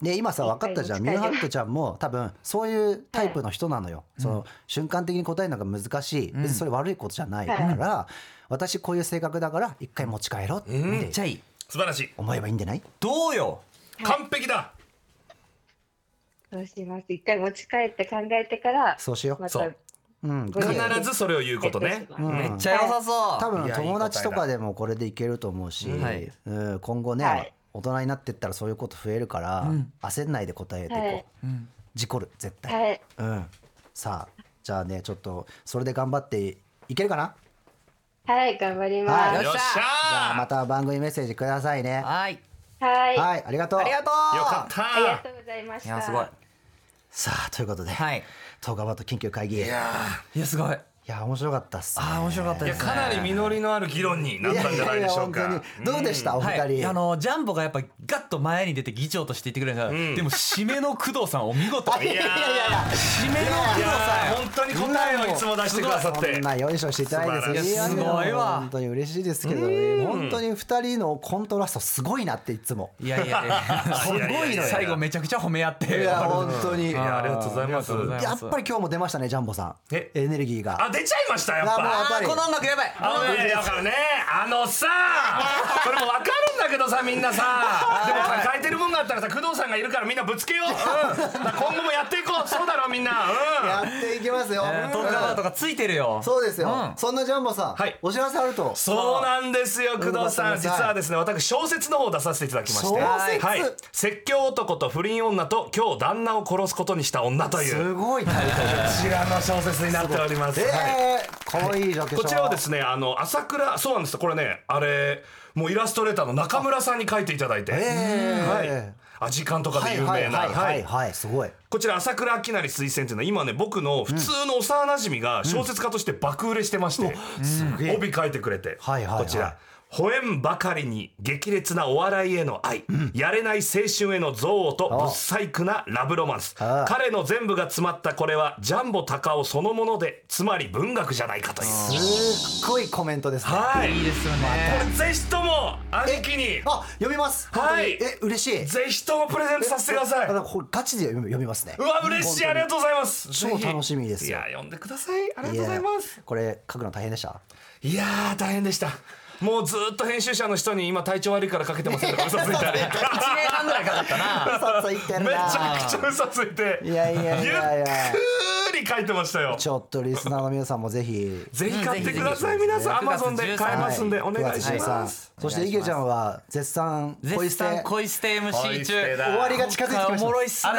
S2: で今さ分かったじゃん
S8: 一
S2: ミ
S8: 回
S2: ュー
S8: 持ち帰
S2: ハ
S8: る
S2: ットちゃんも多分そういうタイプの人なのよ、その瞬間的に答えるのが難しい、別にそれ悪いことじゃないから、私こういう性格だから一回持ち帰ろうって
S3: んめっちゃいい
S4: 素晴らしい
S2: 思えばいいんじゃない
S3: どうよ
S4: 完璧だ
S8: そうします。一回持ち帰って考えてから、
S2: そうしよ
S8: ま
S4: そ
S8: た
S4: う
S2: う。うん。
S8: ご
S4: 必
S8: 利用
S4: ずそれを言うことね。
S2: うん
S3: めっちゃ良さそう。
S2: 多分
S4: いや
S2: 友達と
S4: いい答
S2: か
S4: え
S2: でもこれでいけると思うし、
S3: はい
S2: うん今後ね、
S8: はい
S2: 大人になってったらそういうこと増えるから、
S3: うん
S2: 焦んないで答えていこう、
S8: はい
S3: うん
S2: 事故る絶対、
S8: はい。
S2: うんさあじゃあねちょっとそれで頑張っていけるかな
S8: はい、頑張りま
S2: はい
S8: す。
S4: よっし
S2: じゃあ
S4: ゃ
S2: また番組メッセージくださいねは
S3: はい。
S8: はい。
S2: い、
S8: あ
S2: ありがとう
S3: ありがと
S4: ー
S3: う。
S4: よかっ
S8: りが
S4: た
S8: とうございまし
S3: い
S8: た。
S3: やすごい。
S2: さあということで、
S3: はい。
S2: 東川と緊急会議いや
S3: いやすごい。
S2: 面白かったっすね
S3: あー面白かった
S4: い
S3: で
S4: や
S3: すね。
S4: かなり実りのある議論になったんじゃないでしょ
S2: いや
S4: う
S2: い
S4: か
S2: や本当にどうでした、お二人、
S3: はい、あのジャンボがやっぱガッと前に出て議長として言ってくれるんですがでも締めの工藤さんお見事
S2: いやいやいや
S3: 締めの工
S4: い
S3: 藤
S4: やー
S3: さ
S4: 本当に答えをいつも出してくださっ
S2: そ
S4: て
S2: んなよいしょしてないですよ
S3: 素晴らしいいやすごいわ
S2: 本当に嬉しいですけどね本当に二人のコントラストすごいなっていつも
S3: んいやいやいやす
S4: いやいやいや
S3: 最後めちゃくちゃ褒め合って
S2: いや本当に
S4: いやありがとうございます
S3: ありがとうございます
S2: やっぱり今日も出ましたねジャンボさん
S4: え
S2: エネルギーが
S4: あ出ちゃいましたやっ
S2: いやもう
S4: ぱ
S3: あーこの音楽やばい
S4: あのね、だからね、あのさ、それもわかるんだけどさ、みんなさ、でも抱えてるもんがあったらさ、工藤さんがいるからみんなぶつけよう。うん、だから今後もやっていこう。そうだろ、みんな。うん。
S2: やっていきますよ
S3: えートークラバーとかついてるよ
S2: そうですよ
S3: ん
S2: そんなジャンボさん
S4: はい
S2: お知らせあると
S4: そうなんですよ、工藤さん。
S2: 工藤さん
S4: 実はですね、私、小説の方を出させていただきまして。
S2: 小説
S4: はい。説教男と不倫女と、今日旦那を殺すことにした女という、
S2: す
S4: こ
S2: ごいタイトル
S4: ちらの小説になっております。はい
S2: えーかわいいジャケ
S4: こちらはです
S2: ね
S4: ね、あの朝倉、そうなんですよ。これね、あれ、もうイラストレーターの中村さんに書いていただいて、
S2: えー
S4: はい、アジカンとか
S2: は
S4: で
S2: い
S4: 有
S2: はい
S4: 名な、
S2: はい
S4: は
S2: はい
S4: い、
S2: はいすごい
S4: こちら朝倉明成推薦っていうのは今ね僕の普通の幼馴染が小説家として爆売れしてまして、
S2: げえ
S4: 帯書いてくれて、
S2: はいはいはい
S4: こちら。吠えんばかりに激烈なお笑いへの愛、やれない青春への憎悪と
S2: あ
S4: ぶっさいくなラブロマンス
S2: ああ
S4: 彼の全部が詰まったこれはジャンボ高尾そのものでつまり文学じゃないかという
S2: すっごいコメントですね
S4: はい
S3: いいですよ
S4: こ
S3: ね
S4: れぜひとも兄貴に
S2: あ読みます
S4: は
S2: 本
S4: い
S2: 当にえ嬉しい
S4: ぜひともプレゼントさせてください
S2: あのこれガチで読み読みますね
S4: うわ嬉しいありがとうございます
S2: 超楽しみです
S4: い
S2: よ
S4: や読んでくださいありがとうござい
S2: や
S4: ます
S2: これ書くの大変でした
S4: いやー大変でしたもうずーっと編集者の人に今体調悪いからかけてませんとか嘘ついたり
S3: 1年半ぐらいかかったな
S2: 嘘ついてる
S4: め
S2: な
S4: ちゃくちゃ嘘ついて
S2: いやいやいやいや
S4: ゆっくり書いてましたよ
S2: ちょっとリスナーの皆さんもぜひ
S4: ぜひ買ってくださ
S3: う
S4: い
S3: んぜひぜひ
S4: 皆さんア
S3: 9
S4: マ
S3: 月
S4: ゾンで買えますんでお願いし
S2: 9月13
S4: ます
S2: そして池ちゃんは絶賛恋
S3: 絶
S2: 捨
S3: 賛
S2: て
S3: 恋捨て
S4: 恋
S3: MC
S4: 捨て
S3: 中
S4: だ
S2: 終わりが近づいてきました
S3: おもろいっすね
S2: あ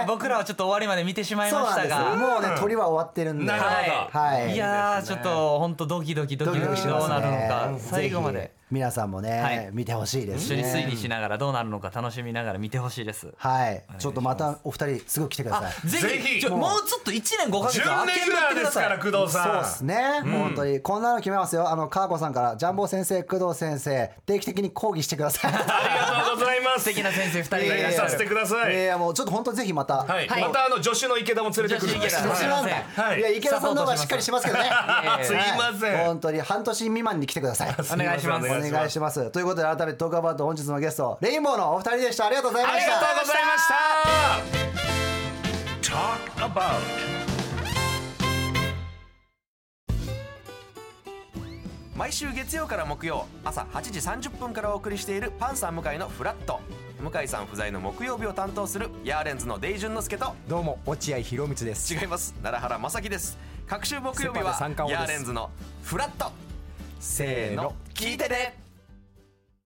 S2: ら
S3: 僕らはちょっと終わりまで見てしまい
S2: そう
S3: まし
S2: なんで
S3: た
S2: す
S3: が
S2: もうね鳥は終わってるんで
S4: なるほど
S2: はい
S3: いやーちょっと本当ドキドキドキドキどうなるのか最後ま
S2: ぜ
S3: で
S2: ひ皆さんもね、
S3: はい
S2: 見てほしいで
S3: 一
S2: す
S3: 緒に
S2: ね
S3: 推理しながらどうなるのか楽しみながら見てほしいです
S2: はいちょっとまたお二人すぐ来てくださ
S3: あ
S2: い
S3: ぜひ
S4: ぜひ
S3: ちょもうちょっと1年5ヶ月
S4: 10
S3: は
S4: 年
S3: 開け
S4: ぐ
S3: ま
S4: ら
S3: くって
S4: いで
S3: くだ
S4: すか
S3: さ
S4: ら
S3: い
S4: 工藤
S2: そう
S4: さ
S2: で
S4: ん
S2: すね、本当にこんなの決めますよあの川子さんからジャンボ先生工藤先生定期的に講義してください
S4: ありがとうございま す
S3: 素敵な先生2人がいらっしゃ
S4: さ
S3: る
S4: せてください
S2: いやもうちょっと本当ぜひまた、
S4: はい、
S3: はい
S4: またあの助手の池田も連れてくるんで
S3: 助手池田
S2: どうしますか
S4: はい
S2: い、や池田さんの方がしっかりしますけどね
S3: え
S4: すいません
S2: はい本当に半年未満に来てください
S3: お願いします
S2: お願いしますということで改めてトークアバウト本日のゲストレインボーのお二人でしたありがとうございま
S4: あ
S2: し
S4: り
S2: た
S4: がとうございました
S6: Talk about.
S9: Yaren's
S10: せーの聞いてね